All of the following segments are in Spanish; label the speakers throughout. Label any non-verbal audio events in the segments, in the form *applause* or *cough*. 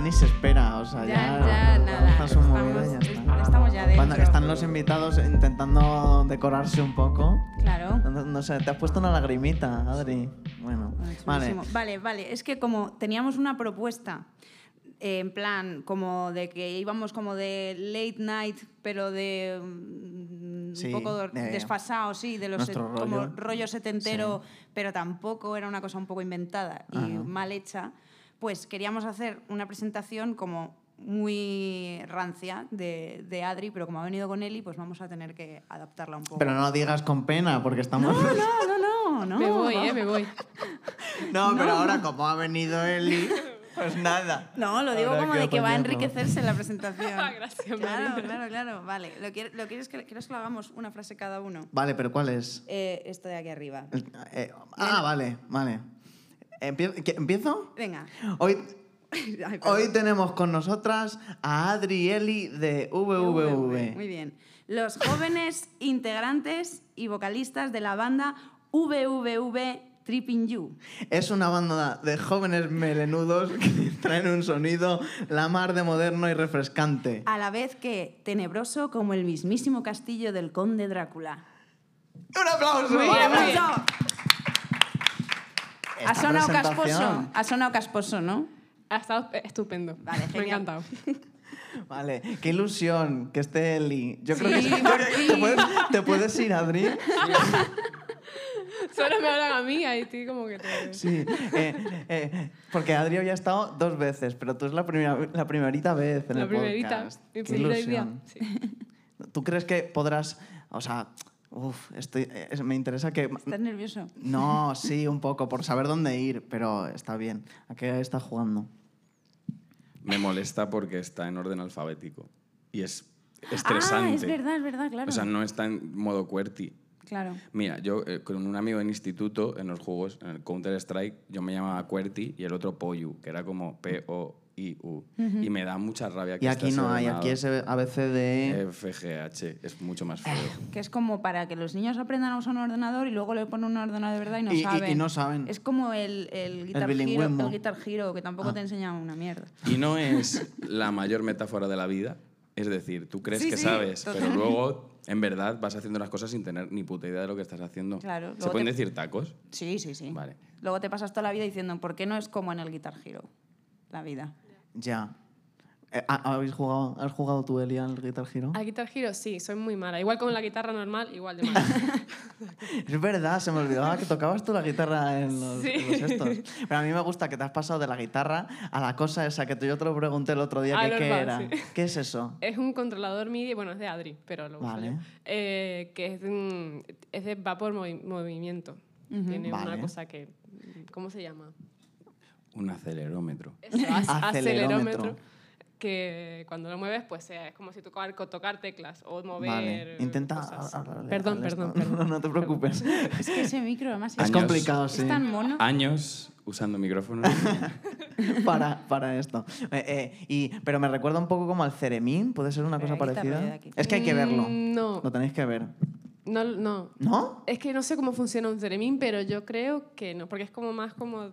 Speaker 1: ni se espera, o sea,
Speaker 2: Ya,
Speaker 1: ya,
Speaker 2: ya, nada.
Speaker 1: lanza su
Speaker 2: Estamos-
Speaker 1: movida y ya está.
Speaker 2: estamos ya dentro.
Speaker 1: Cuando están los invitados intentando decorarse un poco.
Speaker 2: Claro.
Speaker 1: No, no sé, te has puesto una lagrimita, Adri. Bueno,
Speaker 2: Ah,
Speaker 1: vale.
Speaker 2: chulísimo. vale, vale. Es que como teníamos una propuesta, eh, en plan, como de que íbamos como de late night, pero de mm,
Speaker 1: Sí,
Speaker 2: un poco
Speaker 1: ya, ya.
Speaker 2: desfasado, sí, de los
Speaker 1: Nuestro rollo.
Speaker 2: como rollo setentero, pero tampoco era una cosa un poco inventada y
Speaker 1: Ajá.
Speaker 2: mal hecha, pues queríamos hacer una presentación como muy rancia de, de Adri, pero como ha venido con Eli, pues vamos a tener que adaptarla un poco.
Speaker 1: Pero no lo digas con pena, porque
Speaker 2: no,
Speaker 1: estamos.
Speaker 2: no, no, no, no.
Speaker 3: Me voy, eh, me voy.
Speaker 1: *laughs* No, pero ahora, como ha venido
Speaker 2: *laughs*
Speaker 1: Eli, pues nada.
Speaker 2: No, lo digo
Speaker 1: Habrá
Speaker 2: como de que va a
Speaker 1: apañarlo.
Speaker 2: enriquecerse la presentación.
Speaker 3: *laughs* Ah, Gracias,
Speaker 2: Claro,
Speaker 3: Mari.
Speaker 2: claro, claro. Vale. ¿Lo quiere- lo quieres que, ¿Quieres que lo hagamos una frase cada uno?
Speaker 1: Vale, pero ¿cuál es?
Speaker 2: Eh, esto de aquí arriba.
Speaker 1: El- eh, ah, vale, vale. Empie- ¿qué- ¿Empiezo?
Speaker 2: Venga. *laughs*
Speaker 1: Hoy,
Speaker 2: Ay, perdón.
Speaker 1: hoy tenemos con nosotras a Adri y Eli de VVV.
Speaker 2: Muy bien. Los jóvenes integrantes y vocalistas de la banda VVV Tripping You.
Speaker 1: Es una banda de jóvenes melenudos que traen un sonido la mar de moderno y refrescante.
Speaker 2: A la vez que tenebroso como el mismísimo castillo del conde Drácula.
Speaker 1: ¡Un aplauso!
Speaker 3: Muy
Speaker 2: ¡Un
Speaker 3: bien, muy bien.
Speaker 2: aplauso!
Speaker 1: Esta
Speaker 2: Ha sonado
Speaker 1: presentación.
Speaker 2: casposo. Ha sonado casposo, ¿no?
Speaker 3: Ha estado estupendo.
Speaker 2: Vale,
Speaker 3: me ha
Speaker 2: genial.
Speaker 3: encantado.
Speaker 1: Vale, qué ilusión que esté Eli. *laughs* Yo creo
Speaker 2: Sí,
Speaker 1: que
Speaker 2: por
Speaker 1: ¿Te,
Speaker 2: fin.
Speaker 1: puedes, te puedes ir, Adri.
Speaker 3: Solo me hablan a mí, ahí estoy como que te...
Speaker 1: Sí, eh, eh, porque Adri había estado dos veces, pero tú es la, primera, la primerita vez en
Speaker 3: La
Speaker 1: el
Speaker 3: primerita.
Speaker 1: podcast.
Speaker 3: Mi
Speaker 1: Qué
Speaker 3: primera idea.
Speaker 1: ilusión.
Speaker 3: Sí.
Speaker 1: ¿Tú crees que podrás, o sea, uf, estoy, eh, me interesa que
Speaker 2: ¿Estás nervioso?
Speaker 1: No, sí, un poco, por saber dónde ir, pero está bien. ¿A qué está jugando?
Speaker 4: Me molesta porque está en orden alfabético y es estresante.
Speaker 2: Ah, es verdad, es verdad, claro.
Speaker 4: O sea, no está en modo QWERTY.
Speaker 2: Claro.
Speaker 4: Mira, yo eh, con un amigo en instituto, en los juegos, en el Counter-Strike, yo me llamaba QWERTY y el otro POYU, que era como P-O-I-U. Y me da mucha rabia que
Speaker 1: Y aquí
Speaker 4: esté
Speaker 1: no hay,
Speaker 4: ordenado.
Speaker 1: aquí es E ABCD.
Speaker 4: FGH, es mucho
Speaker 1: Eh.
Speaker 4: más feo.
Speaker 2: Que es como para que los niños aprendan a usar un ordenador y luego le ponen un ordenador de verdad y no
Speaker 1: Y- y- y
Speaker 2: saben.
Speaker 1: no saben.
Speaker 2: Es como el, el, guitar, Hero,
Speaker 1: bilingüismo. Ah.
Speaker 2: el Guitar Hero, que tampoco te enseña una mierda.
Speaker 4: Y no es la mayor metáfora de la vida. Es decir, tú crees
Speaker 2: Sí,
Speaker 4: que
Speaker 2: sí,
Speaker 4: sabes,
Speaker 2: totalmente.
Speaker 4: pero luego, en verdad, vas haciendo las cosas sin tener ni puta idea de lo que estás haciendo.
Speaker 2: Claro,
Speaker 4: ¿Se
Speaker 2: luego
Speaker 4: pueden
Speaker 2: te-
Speaker 4: decir tacos?
Speaker 2: Sí, sí, sí.
Speaker 4: Vale.
Speaker 2: Luego te pasas toda la vida diciendo, ¿por qué no es como en el Guitar Hero? La vida.
Speaker 1: Ya. Eh, ¿ha- ¿Habéis jugado, ¿Has jugado tú, Elia, al Guitar Hero?
Speaker 3: A Guitar Hero sí, soy muy mala. Igual con la guitarra normal, igual
Speaker 1: *laughs*
Speaker 3: de mala.
Speaker 1: Es verdad, se me olvidaba que tocabas tú la guitarra en los,
Speaker 3: Sí.
Speaker 1: en los estos. Pero a mí me gusta que te has pasado de la guitarra a la cosa esa que tú- yo te lo pregunté el otro día,
Speaker 3: A
Speaker 1: que
Speaker 3: los
Speaker 1: qué
Speaker 3: bugs,
Speaker 1: era.
Speaker 3: sí.
Speaker 1: ¿Qué es eso?
Speaker 3: es un controlador MIDI, bueno, es de Adri, pero lo uso
Speaker 1: Vale.
Speaker 3: yo. Eh, que es, mm, es de, va por movi- movimiento. Tiene
Speaker 1: Vale.
Speaker 3: una cosa que... mm, ¿Cómo se llama?
Speaker 4: Un acelerómetro.
Speaker 3: Eso, ac-
Speaker 1: *laughs* Acelerómetro.
Speaker 3: acelerómetro. Que cuando lo mueves, pues eh, es como si tocar, co- tocar teclas o mover...
Speaker 1: Vale,
Speaker 3: eh,
Speaker 1: intenta
Speaker 3: cosas.
Speaker 1: hablarle
Speaker 3: Perdón,
Speaker 1: al
Speaker 3: perdón,
Speaker 1: esto. *laughs*
Speaker 3: perdón.
Speaker 1: No, no te preocupes.
Speaker 2: Es que ese micro, además,
Speaker 1: Es
Speaker 2: es,
Speaker 4: Años.
Speaker 1: complicado, sí. Ah.
Speaker 2: es tan mono.
Speaker 4: Años usando *laughs* micrófonos.
Speaker 2: *laughs*
Speaker 1: para, para esto. Eh, eh, y, pero me recuerda un poco como al Ceremín, ¿puede ser una
Speaker 2: Espera,
Speaker 1: cosa
Speaker 2: quítame de
Speaker 1: parecida?
Speaker 2: aquí.
Speaker 1: Es que hay que verlo.
Speaker 3: Mm, no.
Speaker 1: Lo tenéis que ver.
Speaker 3: No, no.
Speaker 1: ¿No?
Speaker 3: Es que no sé cómo funciona un ceremín, pero yo creo que no, porque es como más como,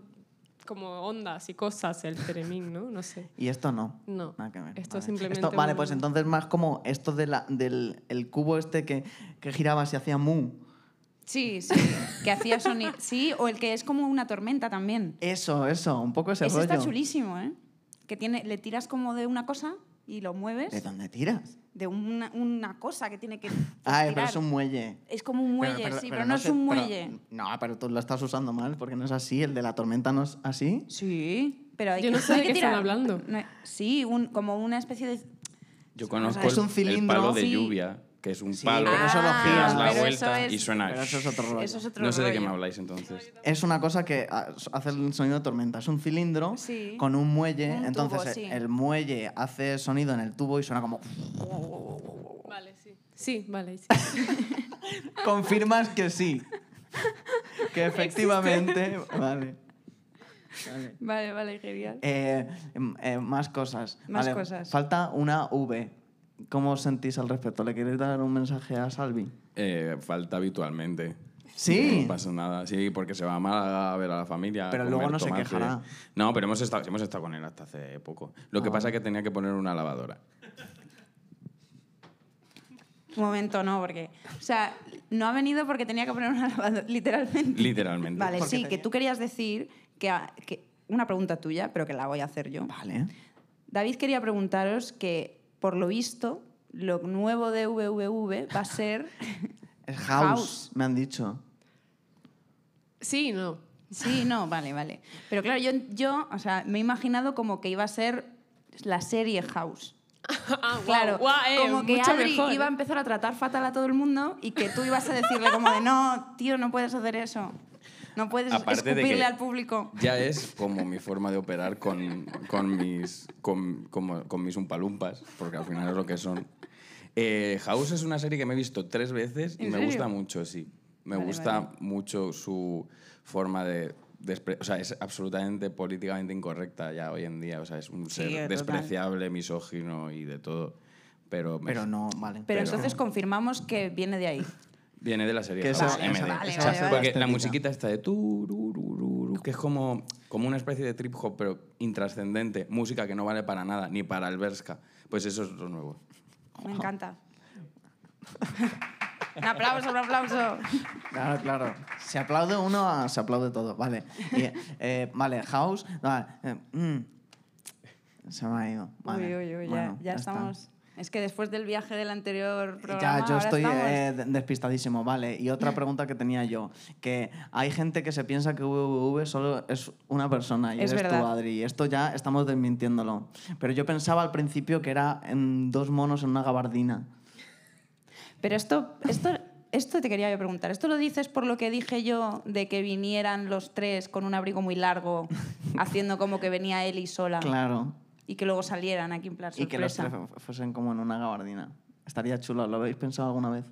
Speaker 3: como ondas y cosas el ceremín, ¿no? No sé.
Speaker 1: Y esto no.
Speaker 3: No.
Speaker 2: Ah.
Speaker 1: Nada que ver,
Speaker 3: Esto simplemente
Speaker 1: Esto- vale,
Speaker 3: un-
Speaker 1: pues entonces más como esto de la- del el cubo este que, que giraba y hacía mu.
Speaker 2: Sí, sí. Que hacía sonido. Sí, o el que es como una tormenta también.
Speaker 1: Eso, eso, un poco ese
Speaker 2: Ese
Speaker 1: rollo.
Speaker 2: está chulísimo, ¿eh? Que tiene, le tiras como de una cosa y lo mueves.
Speaker 1: ¿De dónde tiras?
Speaker 2: de una, una cosa que tiene que
Speaker 1: Ah,
Speaker 2: tirar.
Speaker 1: pero es un muelle.
Speaker 2: Es como un muelle, sí, pero, no, es
Speaker 1: sé-
Speaker 2: un
Speaker 1: pero-
Speaker 2: muelle.
Speaker 1: no, pero tú lo estás usando mal porque no es así. El de la tormenta no es así.
Speaker 2: Sí, pero hay
Speaker 3: Yo
Speaker 2: que,
Speaker 3: no sé
Speaker 2: hay
Speaker 3: de
Speaker 2: que
Speaker 3: qué están
Speaker 2: tirar.
Speaker 3: hablando.
Speaker 2: No hay- sí, un- como una especie de...
Speaker 4: Yo conozco
Speaker 2: Es
Speaker 1: un
Speaker 4: el- el
Speaker 1: cilindro,
Speaker 4: palo de
Speaker 1: sí.
Speaker 4: lluvia, que es un
Speaker 1: Sí,
Speaker 4: palo
Speaker 1: pero eso lo
Speaker 4: que
Speaker 1: giras,
Speaker 4: das la
Speaker 1: pero
Speaker 4: vuelta
Speaker 2: eso es-
Speaker 4: y suena.
Speaker 1: Pero eso es otro rollo.
Speaker 2: Eso es otro
Speaker 4: no sé de qué me
Speaker 2: rollo.
Speaker 4: habláis entonces.
Speaker 1: Es una cosa que ah, s- hace el sonido de tormenta. Es un cilindro
Speaker 2: Sí.
Speaker 1: con un muelle.
Speaker 2: Un tubo,
Speaker 1: Entonces el-
Speaker 2: sí.
Speaker 1: el, muelle hace sonido en el tubo y suena como.
Speaker 3: Vale, sí. Sí, vale. sí.
Speaker 1: Confirmas
Speaker 2: *laughs*
Speaker 1: que sí. que efectivamente. Vale. Vale.
Speaker 2: Vale, vale, genial.
Speaker 1: Eh, em, eh, más cosas.
Speaker 2: Más
Speaker 1: Vale,
Speaker 2: cosas.
Speaker 1: Falta una V. ¿Cómo os sentís al respecto? ¿Le queréis dar un mensaje a Salvi?
Speaker 4: Eh, falta habitualmente.
Speaker 1: Sí.
Speaker 4: No pasa nada, sí, porque se va a Málaga a ver a la familia. a
Speaker 1: Pero
Speaker 4: comer
Speaker 1: luego no se
Speaker 4: tomate.
Speaker 1: quejará. Ah.
Speaker 4: No, pero hemos estado, hemos estado con él hasta hace poco. Lo que pasa es que tenía que poner una lavadora.
Speaker 2: Un momento, no, porque. O sea, no ha venido porque tenía que poner una lavadora, *laughs* literalmente.
Speaker 4: Literalmente.
Speaker 2: Vale,
Speaker 1: Porque
Speaker 2: sí, que
Speaker 1: tenía-
Speaker 2: tú querías decir que, a- que. Una pregunta tuya, pero que la voy a hacer yo.
Speaker 1: Vale.
Speaker 2: David quería preguntaros que, por lo visto, lo nuevo de VVV va a ser.
Speaker 1: Es house,
Speaker 2: House.
Speaker 1: me han dicho.
Speaker 3: Sí, no.
Speaker 2: Sí, no, vale, vale. Pero claro, yo, yo, o sea, me he imaginado como que iba a ser la serie House.
Speaker 3: Ah, guau,
Speaker 2: Claro,
Speaker 3: guau, eh,
Speaker 2: como que
Speaker 3: mucho
Speaker 2: Adri
Speaker 3: mejor.
Speaker 2: iba a empezar a tratar fatal a todo el mundo y que tú ibas a decirle como de no, tío, no puedes hacer eso. No puedes
Speaker 4: Aparte de que-
Speaker 2: escupirle al público.
Speaker 4: Ya es como mi forma de operar con, con mis, con, como- con mis umpalumpas, porque al final es lo que son. Eh, House es una serie que me he visto tres veces y
Speaker 2: ¿En
Speaker 4: me
Speaker 2: serio?
Speaker 4: gusta mucho, sí. Me
Speaker 2: Vale,
Speaker 4: gusta
Speaker 2: vale.
Speaker 4: mucho su forma de... despre- o sea, es absolutamente políticamente incorrecta ya hoy en día. O sea, es un ser
Speaker 2: total.
Speaker 4: despreciable, misógino y de todo. Pero, me-
Speaker 1: Pero no, vale.
Speaker 2: Pero, entonces confirmamos que viene de ahí.
Speaker 4: Viene de la serie
Speaker 1: Que
Speaker 4: House,
Speaker 1: esa-
Speaker 4: MD.
Speaker 1: esa-
Speaker 2: Vale,
Speaker 1: esa-
Speaker 2: vale,
Speaker 1: esa-
Speaker 2: vale.
Speaker 4: Porque
Speaker 1: estética.
Speaker 4: la musiquita está de tururururu, que es como, como una especie de trip hop, pero intrascendente. Música que no vale para nada, ni para el Berska. Pues eso es lo nuevo.
Speaker 2: Me encanta. un aplauso, un aplauso.
Speaker 1: Claro, claro. Se aplaude uno, a- se aplaude todo. Vale. Y, eh, vale, house. Vale, eh, mm. Se me ha ido. Vale.
Speaker 2: Uy, uy, uy, ya,
Speaker 1: Bueno,
Speaker 2: ya
Speaker 1: está.
Speaker 2: estamos. Es que después del viaje del anterior programa,
Speaker 1: Ya, yo
Speaker 2: ahora
Speaker 1: estoy
Speaker 2: estamos-
Speaker 1: eh, de- despistadísimo, vale.
Speaker 2: *laughs*
Speaker 1: Y otra pregunta que tenía yo, que hay gente que se piensa que VVV solo es una persona y
Speaker 2: Es
Speaker 1: eres tú,
Speaker 2: verdad.
Speaker 1: Adri. Y esto ya estamos desmintiéndolo. Pero yo pensaba al principio que era en dos monos en una gabardina.
Speaker 2: Pero esto, esto, esto te quería yo preguntar. ¿Esto lo dices por lo que dije yo de que vinieran los tres con un abrigo muy largo, haciendo como que venía Eli sola?
Speaker 1: Claro.
Speaker 2: Y que luego salieran aquí en plan
Speaker 1: Y que los
Speaker 2: Ah, sorpresa.
Speaker 1: tres fu- fuesen como en una gabardina. Estaría chulo, ¿lo habéis pensado alguna vez?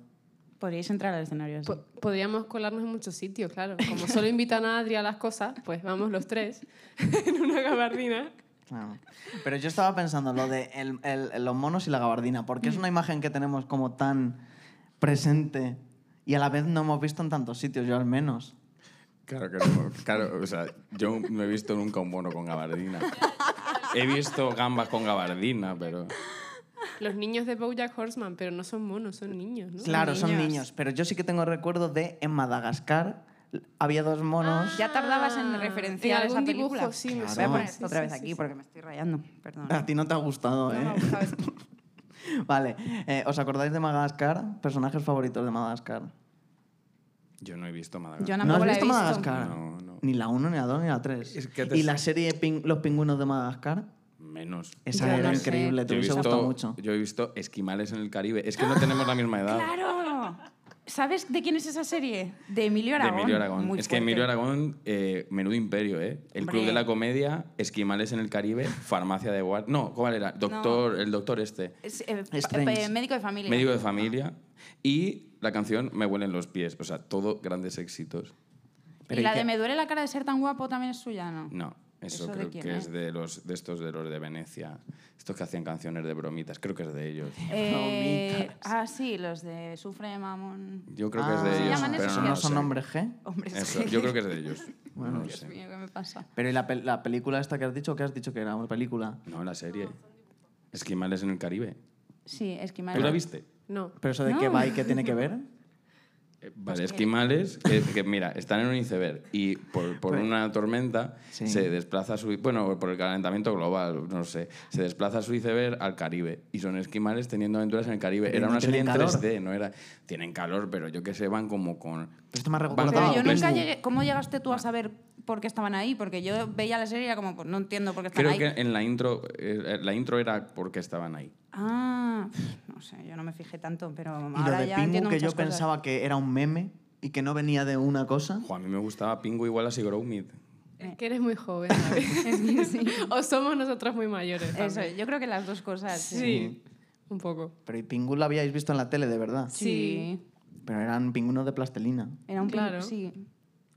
Speaker 2: Podríais entrar al escenario así.
Speaker 3: Po- podríamos colarnos en muchos sitios, claro. Como solo invitan a Adri a las cosas, pues vamos los tres *laughs* en una gabardina.
Speaker 1: Claro. Pero yo estaba pensando lo de el- el- los monos y la gabardina, porque es una imagen que tenemos como tan presente y a la vez no hemos visto en tantos sitios, yo al menos.
Speaker 4: Claro que no. Claro, o sea, yo no he visto nunca un mono con gabardina. He visto gambas con gabardina, pero...
Speaker 3: Los niños de Bojack Horseman, pero no son monos, son niños, ¿no?
Speaker 1: Claro, son
Speaker 2: niños.
Speaker 1: niños, pero yo sí que tengo recuerdo de en Madagascar había dos monos.
Speaker 2: Ya tardabas en
Speaker 3: Ah,
Speaker 2: referenciar
Speaker 3: en
Speaker 2: esa
Speaker 3: algún
Speaker 2: película.
Speaker 3: dibujo, sí, me
Speaker 1: Claro.
Speaker 2: Voy
Speaker 1: Ah,
Speaker 2: a
Speaker 1: suena.
Speaker 2: poner
Speaker 3: Sí,
Speaker 2: esto otra
Speaker 3: sí,
Speaker 2: vez
Speaker 3: sí,
Speaker 2: aquí
Speaker 3: sí. pues,
Speaker 2: porque me estoy rayando. Perdón.
Speaker 1: A ti no te ha gustado,
Speaker 2: No
Speaker 1: ¿eh?
Speaker 2: me ha gustado esto.
Speaker 1: *laughs* Vale, eh, ¿os acordáis de Madagascar? Personajes favoritos de Madagascar.
Speaker 4: Yo no he visto Madagascar.
Speaker 2: Yo
Speaker 1: ¿No
Speaker 2: tampoco
Speaker 1: has
Speaker 2: la he
Speaker 1: visto
Speaker 2: visto.
Speaker 1: Madagascar?
Speaker 4: No, no.
Speaker 1: Ni la 1, ni la 2, ni la 3.
Speaker 4: Es que te-
Speaker 1: ¿Y la serie Pin- Los pingüinos de Madagascar?
Speaker 4: Menos.
Speaker 1: Esa
Speaker 2: Yo
Speaker 1: era
Speaker 2: no sé.
Speaker 1: increíble, te
Speaker 4: Yo he,
Speaker 1: hubiese
Speaker 4: visto,
Speaker 1: gustado mucho.
Speaker 4: yo he visto esquimales en el Caribe. Es que no tenemos la misma edad.
Speaker 2: ¡Claro! ¿Sabes de quién es esa serie? De Emilio
Speaker 4: De
Speaker 2: Aragón.
Speaker 4: Emilio Aragón.
Speaker 2: Muy
Speaker 4: es que
Speaker 2: fuerte.
Speaker 4: Emilio Aragón, eh, menudo imperio, ¿eh? El
Speaker 2: Hombre.
Speaker 4: Club de la Comedia, Esquimales en el Caribe, Farmacia de Guardia. No, ¿cuál era? Doctor, El doctor este.
Speaker 2: Es, eh,
Speaker 1: Strange.
Speaker 2: pa- eh, médico de familia.
Speaker 4: Médico de familia. Y la canción Me huelen los pies. O sea, todo grandes éxitos.
Speaker 1: Pero
Speaker 2: y
Speaker 1: ¿y
Speaker 2: la
Speaker 1: qué?
Speaker 2: de Me duele la cara de ser tan guapo también es suya, ¿no?
Speaker 4: No, eso,
Speaker 2: ¿Eso de
Speaker 4: creo
Speaker 2: quién
Speaker 4: que
Speaker 2: es?
Speaker 4: es de, los, de estos de los de Venecia. Estos que hacían canciones de bromitas. Creo que es de ellos.
Speaker 2: *laughs* Eh,
Speaker 1: Bromitas.
Speaker 2: ah, sí, los de Sufre Mamón.
Speaker 4: Yo creo que es
Speaker 1: Ah,
Speaker 4: de ellos.
Speaker 2: llaman
Speaker 4: pero
Speaker 2: esos?
Speaker 4: no,
Speaker 1: ¿No
Speaker 4: lo
Speaker 1: son
Speaker 4: sé.
Speaker 1: hombres ¿eh? G?
Speaker 2: Hombres
Speaker 4: Eso, yo creo que es de ellos. no lo
Speaker 2: Dios
Speaker 4: sé.
Speaker 2: mío, ¿qué me pasa?
Speaker 1: Pero ¿y la, pel- la película esta que has dicho? ¿Qué has dicho que era una película?
Speaker 4: No, la serie. Esquimales en el Caribe.
Speaker 2: Sí, Esquimal.
Speaker 4: ¿Tú la viste?
Speaker 3: No.
Speaker 1: ¿Pero eso de qué
Speaker 2: No.
Speaker 1: va y qué tiene que *laughs* ver?
Speaker 4: Eh,
Speaker 1: Pues
Speaker 4: Vale, esquimales que, que, mira, están en un iceberg y por, por
Speaker 1: Pues-
Speaker 4: una tormenta
Speaker 1: Sí.
Speaker 4: se desplaza su... Bueno, por el calentamiento global, no sé. Se desplaza su iceberg al Caribe y son esquimales teniendo aventuras en el Caribe.
Speaker 1: Pero
Speaker 4: Era
Speaker 1: no
Speaker 4: una serie en
Speaker 1: tienen calor.
Speaker 4: 3D, no era... Tienen calor, pero yo que sé, van como con...
Speaker 1: Esto me ha
Speaker 4: Van
Speaker 1: recordado...
Speaker 2: Pero yo
Speaker 4: Complex
Speaker 2: nunca
Speaker 4: Boom.
Speaker 2: llegué... ¿Cómo llegaste tú a saber por qué estaban ahí? Porque yo veía la serie y era como, pues no entiendo por qué están
Speaker 4: Creo
Speaker 2: ahí.
Speaker 4: que en la intro... eh, la intro era porque estaban ahí.
Speaker 2: Ah, no sé, yo no me fijé tanto, pero
Speaker 1: Y lo
Speaker 2: ahora
Speaker 1: de
Speaker 2: ya
Speaker 1: Pingu,
Speaker 2: entiendo
Speaker 1: que yo
Speaker 2: muchas cosas. *laughs*
Speaker 1: pensaba que era un meme y que no venía de una cosa.
Speaker 4: Ojo, a mí me gustaba Pingu igual así Growmit.
Speaker 3: Es que eres muy joven. David. Eh. *laughs*
Speaker 1: *laughs*
Speaker 3: o somos nosotros muy mayores.
Speaker 2: Eso,
Speaker 3: también.
Speaker 2: yo creo que las dos cosas.
Speaker 3: sí. un poco.
Speaker 1: Pero ¿y Pingu lo habíais visto en la tele, de verdad?
Speaker 3: Sí.
Speaker 1: Pero eran pingüinos de plastelina.
Speaker 2: Era un pin-
Speaker 3: Claro.
Speaker 2: Sí.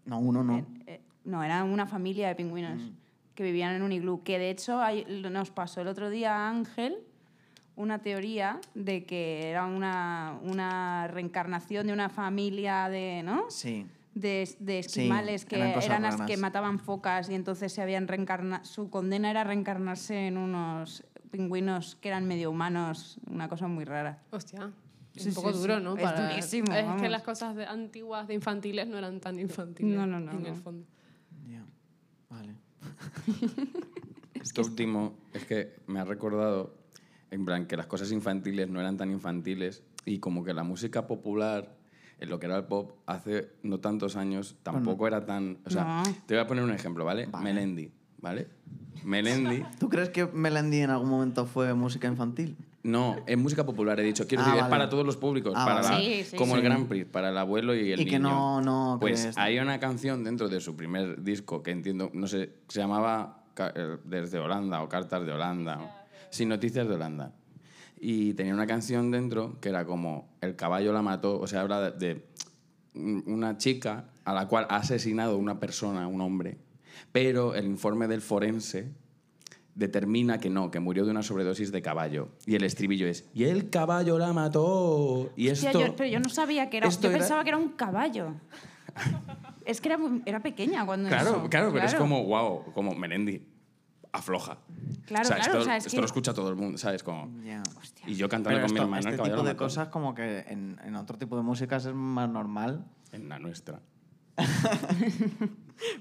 Speaker 1: No, uno no. Mm.
Speaker 2: Eh, no, era una familia de pingüinos que vivían en un iglú, que de hecho hay- nos pasó el otro día a Ángel una teoría de que era una, una reencarnación de una familia de, ¿no?
Speaker 1: Sí.
Speaker 2: de, de esquimales que
Speaker 1: eran
Speaker 2: eran,
Speaker 1: cosas
Speaker 2: las
Speaker 1: raras.
Speaker 2: que mataban focas y entonces se habían reencarnado. Su condena era reencarnarse en unos pingüinos que eran medio humanos, una cosa muy rara.
Speaker 3: Hostia. Es
Speaker 2: Sí,
Speaker 3: un poco
Speaker 2: sí,
Speaker 3: duro,
Speaker 2: sí.
Speaker 3: ¿no?
Speaker 2: Es durísimo,
Speaker 3: Es
Speaker 2: vamos.
Speaker 3: que las cosas de- antiguas de infantiles no eran tan infantiles.
Speaker 2: No, no, no,
Speaker 3: En el
Speaker 2: no.
Speaker 3: fondo.
Speaker 1: Ya. Vale.
Speaker 4: Esto último es que me ha recordado, en plan, que las cosas infantiles no eran tan infantiles y como que la música popular, en lo que era el pop, hace no tantos años tampoco era tan... O sea,
Speaker 2: No.
Speaker 4: te voy a poner un ejemplo, ¿vale? Melendi, ¿vale? Melendi...
Speaker 1: ¿Tú crees que Melendi en algún momento fue música infantil?
Speaker 4: No, es música popular, he dicho. Quiero
Speaker 1: Ah,
Speaker 4: decir,
Speaker 1: vale.
Speaker 4: es para todos los públicos.
Speaker 1: Ah,
Speaker 4: para
Speaker 1: vale.
Speaker 4: la-
Speaker 2: Sí, sí,
Speaker 4: como
Speaker 1: sí.
Speaker 4: el Grand Prix, para el abuelo y el
Speaker 1: Y que
Speaker 4: niño.
Speaker 1: no- no
Speaker 4: Pues
Speaker 1: crees.
Speaker 4: hay una canción dentro de su primer disco que entiendo, no sé, se llamaba Ca- eh, Desde Holanda o Cartas de Holanda. o- Sin Noticias de Holanda. Y tenía una canción dentro que era como El caballo la mató, o sea, habla de- de una chica a la cual ha asesinado una persona, un hombre, pero el informe del forense determina que no, que murió de una sobredosis de caballo. Y el estribillo es, y el caballo la mató. Y
Speaker 2: Hostia,
Speaker 4: esto...
Speaker 2: yo- pero yo no sabía que era.
Speaker 4: esto
Speaker 2: Yo
Speaker 4: era-
Speaker 2: pensaba que era un
Speaker 4: *laughs*
Speaker 2: caballo. es que era, muy- era pequeña cuando
Speaker 4: claro,
Speaker 2: eso,
Speaker 4: claro, pero es como, wow, como Melendi, afloja.
Speaker 2: Claro,
Speaker 4: O sea,
Speaker 2: claro,
Speaker 4: esto,
Speaker 2: o sea, es
Speaker 4: esto
Speaker 2: que-
Speaker 4: lo escucha todo el mundo, ¿sabes? Como,
Speaker 1: Ya.
Speaker 4: y yo cantando
Speaker 1: Pero
Speaker 4: con mi
Speaker 1: esto-
Speaker 4: hermano el
Speaker 1: este
Speaker 4: caballo
Speaker 1: tipo
Speaker 4: la
Speaker 1: de
Speaker 4: mató.
Speaker 1: cosas como que en, en otro tipo de músicas es más normal,
Speaker 4: En la nuestra.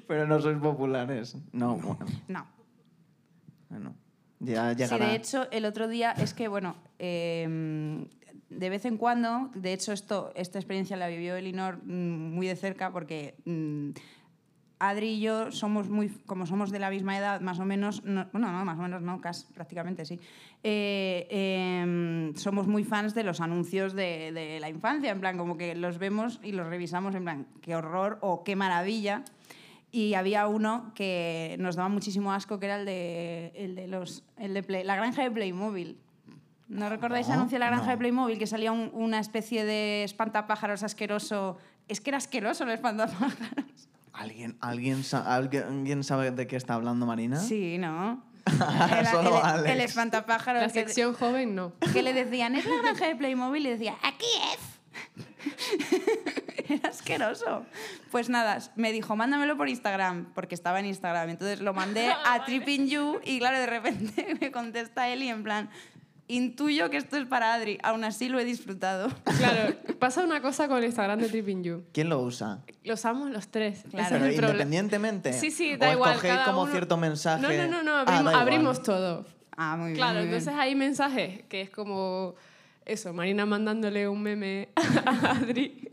Speaker 1: pero no sois populares. No, bueno.
Speaker 2: No.
Speaker 1: bueno. Ya
Speaker 2: Sí,
Speaker 1: llegará.
Speaker 2: de hecho, el otro día es que, bueno, eh, de vez en cuando, de hecho, esto, esta experiencia la vivió Elinor mm, muy de cerca porque mm, Adri y yo somos muy, como somos de la misma edad, más o menos, no- bueno, no, más o menos no, casi, prácticamente sí, eh, eh, somos muy fans de los anuncios de, de la infancia, en plan, como que los vemos y los revisamos, en plan, qué horror o qué maravilla. Y había uno que nos daba muchísimo asco, que era el de, el de, los, el de Play- la granja de Playmobil. ¿No recordáis el
Speaker 1: No,
Speaker 2: anuncio de la granja
Speaker 1: no.
Speaker 2: de Playmobil? Que salía un- una especie de espantapájaros asqueroso. Es que era asqueroso el espantapájaros.
Speaker 1: ¿Alguien, alguien, sa- alguien, alguien sabe de qué está hablando Marina?
Speaker 2: Sí,
Speaker 1: *laughs*
Speaker 2: ¿no?
Speaker 1: Ahora solo
Speaker 2: el,
Speaker 1: Alex.
Speaker 2: el espantapájaros
Speaker 3: La
Speaker 2: que,
Speaker 3: sección joven no.
Speaker 2: que le decían, es la granja de Playmobil, y decía, aquí es. *laughs* Era asqueroso. Pues nada, me dijo, mándamelo por Instagram, porque estaba en Instagram. Entonces lo
Speaker 3: *laughs*
Speaker 2: mandé
Speaker 3: Ah,
Speaker 2: a Tripping You y claro, de repente *laughs* me contesta Eli en plan, intuyo que esto es para Adri, aún así lo he disfrutado.
Speaker 3: Claro, pasa una cosa con el Instagram de Tripping You.
Speaker 1: ¿Quién lo usa?
Speaker 3: Los amo los tres. Ese
Speaker 2: Claro.
Speaker 3: es
Speaker 1: Pero
Speaker 3: el problema.
Speaker 1: independientemente.
Speaker 3: Sí, sí,
Speaker 1: ¿O
Speaker 3: da igual.
Speaker 1: escogéis
Speaker 3: cada
Speaker 1: como
Speaker 3: uno-
Speaker 1: cierto mensaje.
Speaker 3: No, no, no, no
Speaker 1: Ah,
Speaker 3: abrim-
Speaker 1: da igual.
Speaker 3: abrimos todo.
Speaker 2: Ah, muy bien.
Speaker 3: Claro,
Speaker 2: muy bien.
Speaker 3: entonces hay mensajes que es como eso, Marina mandándole un meme a Adri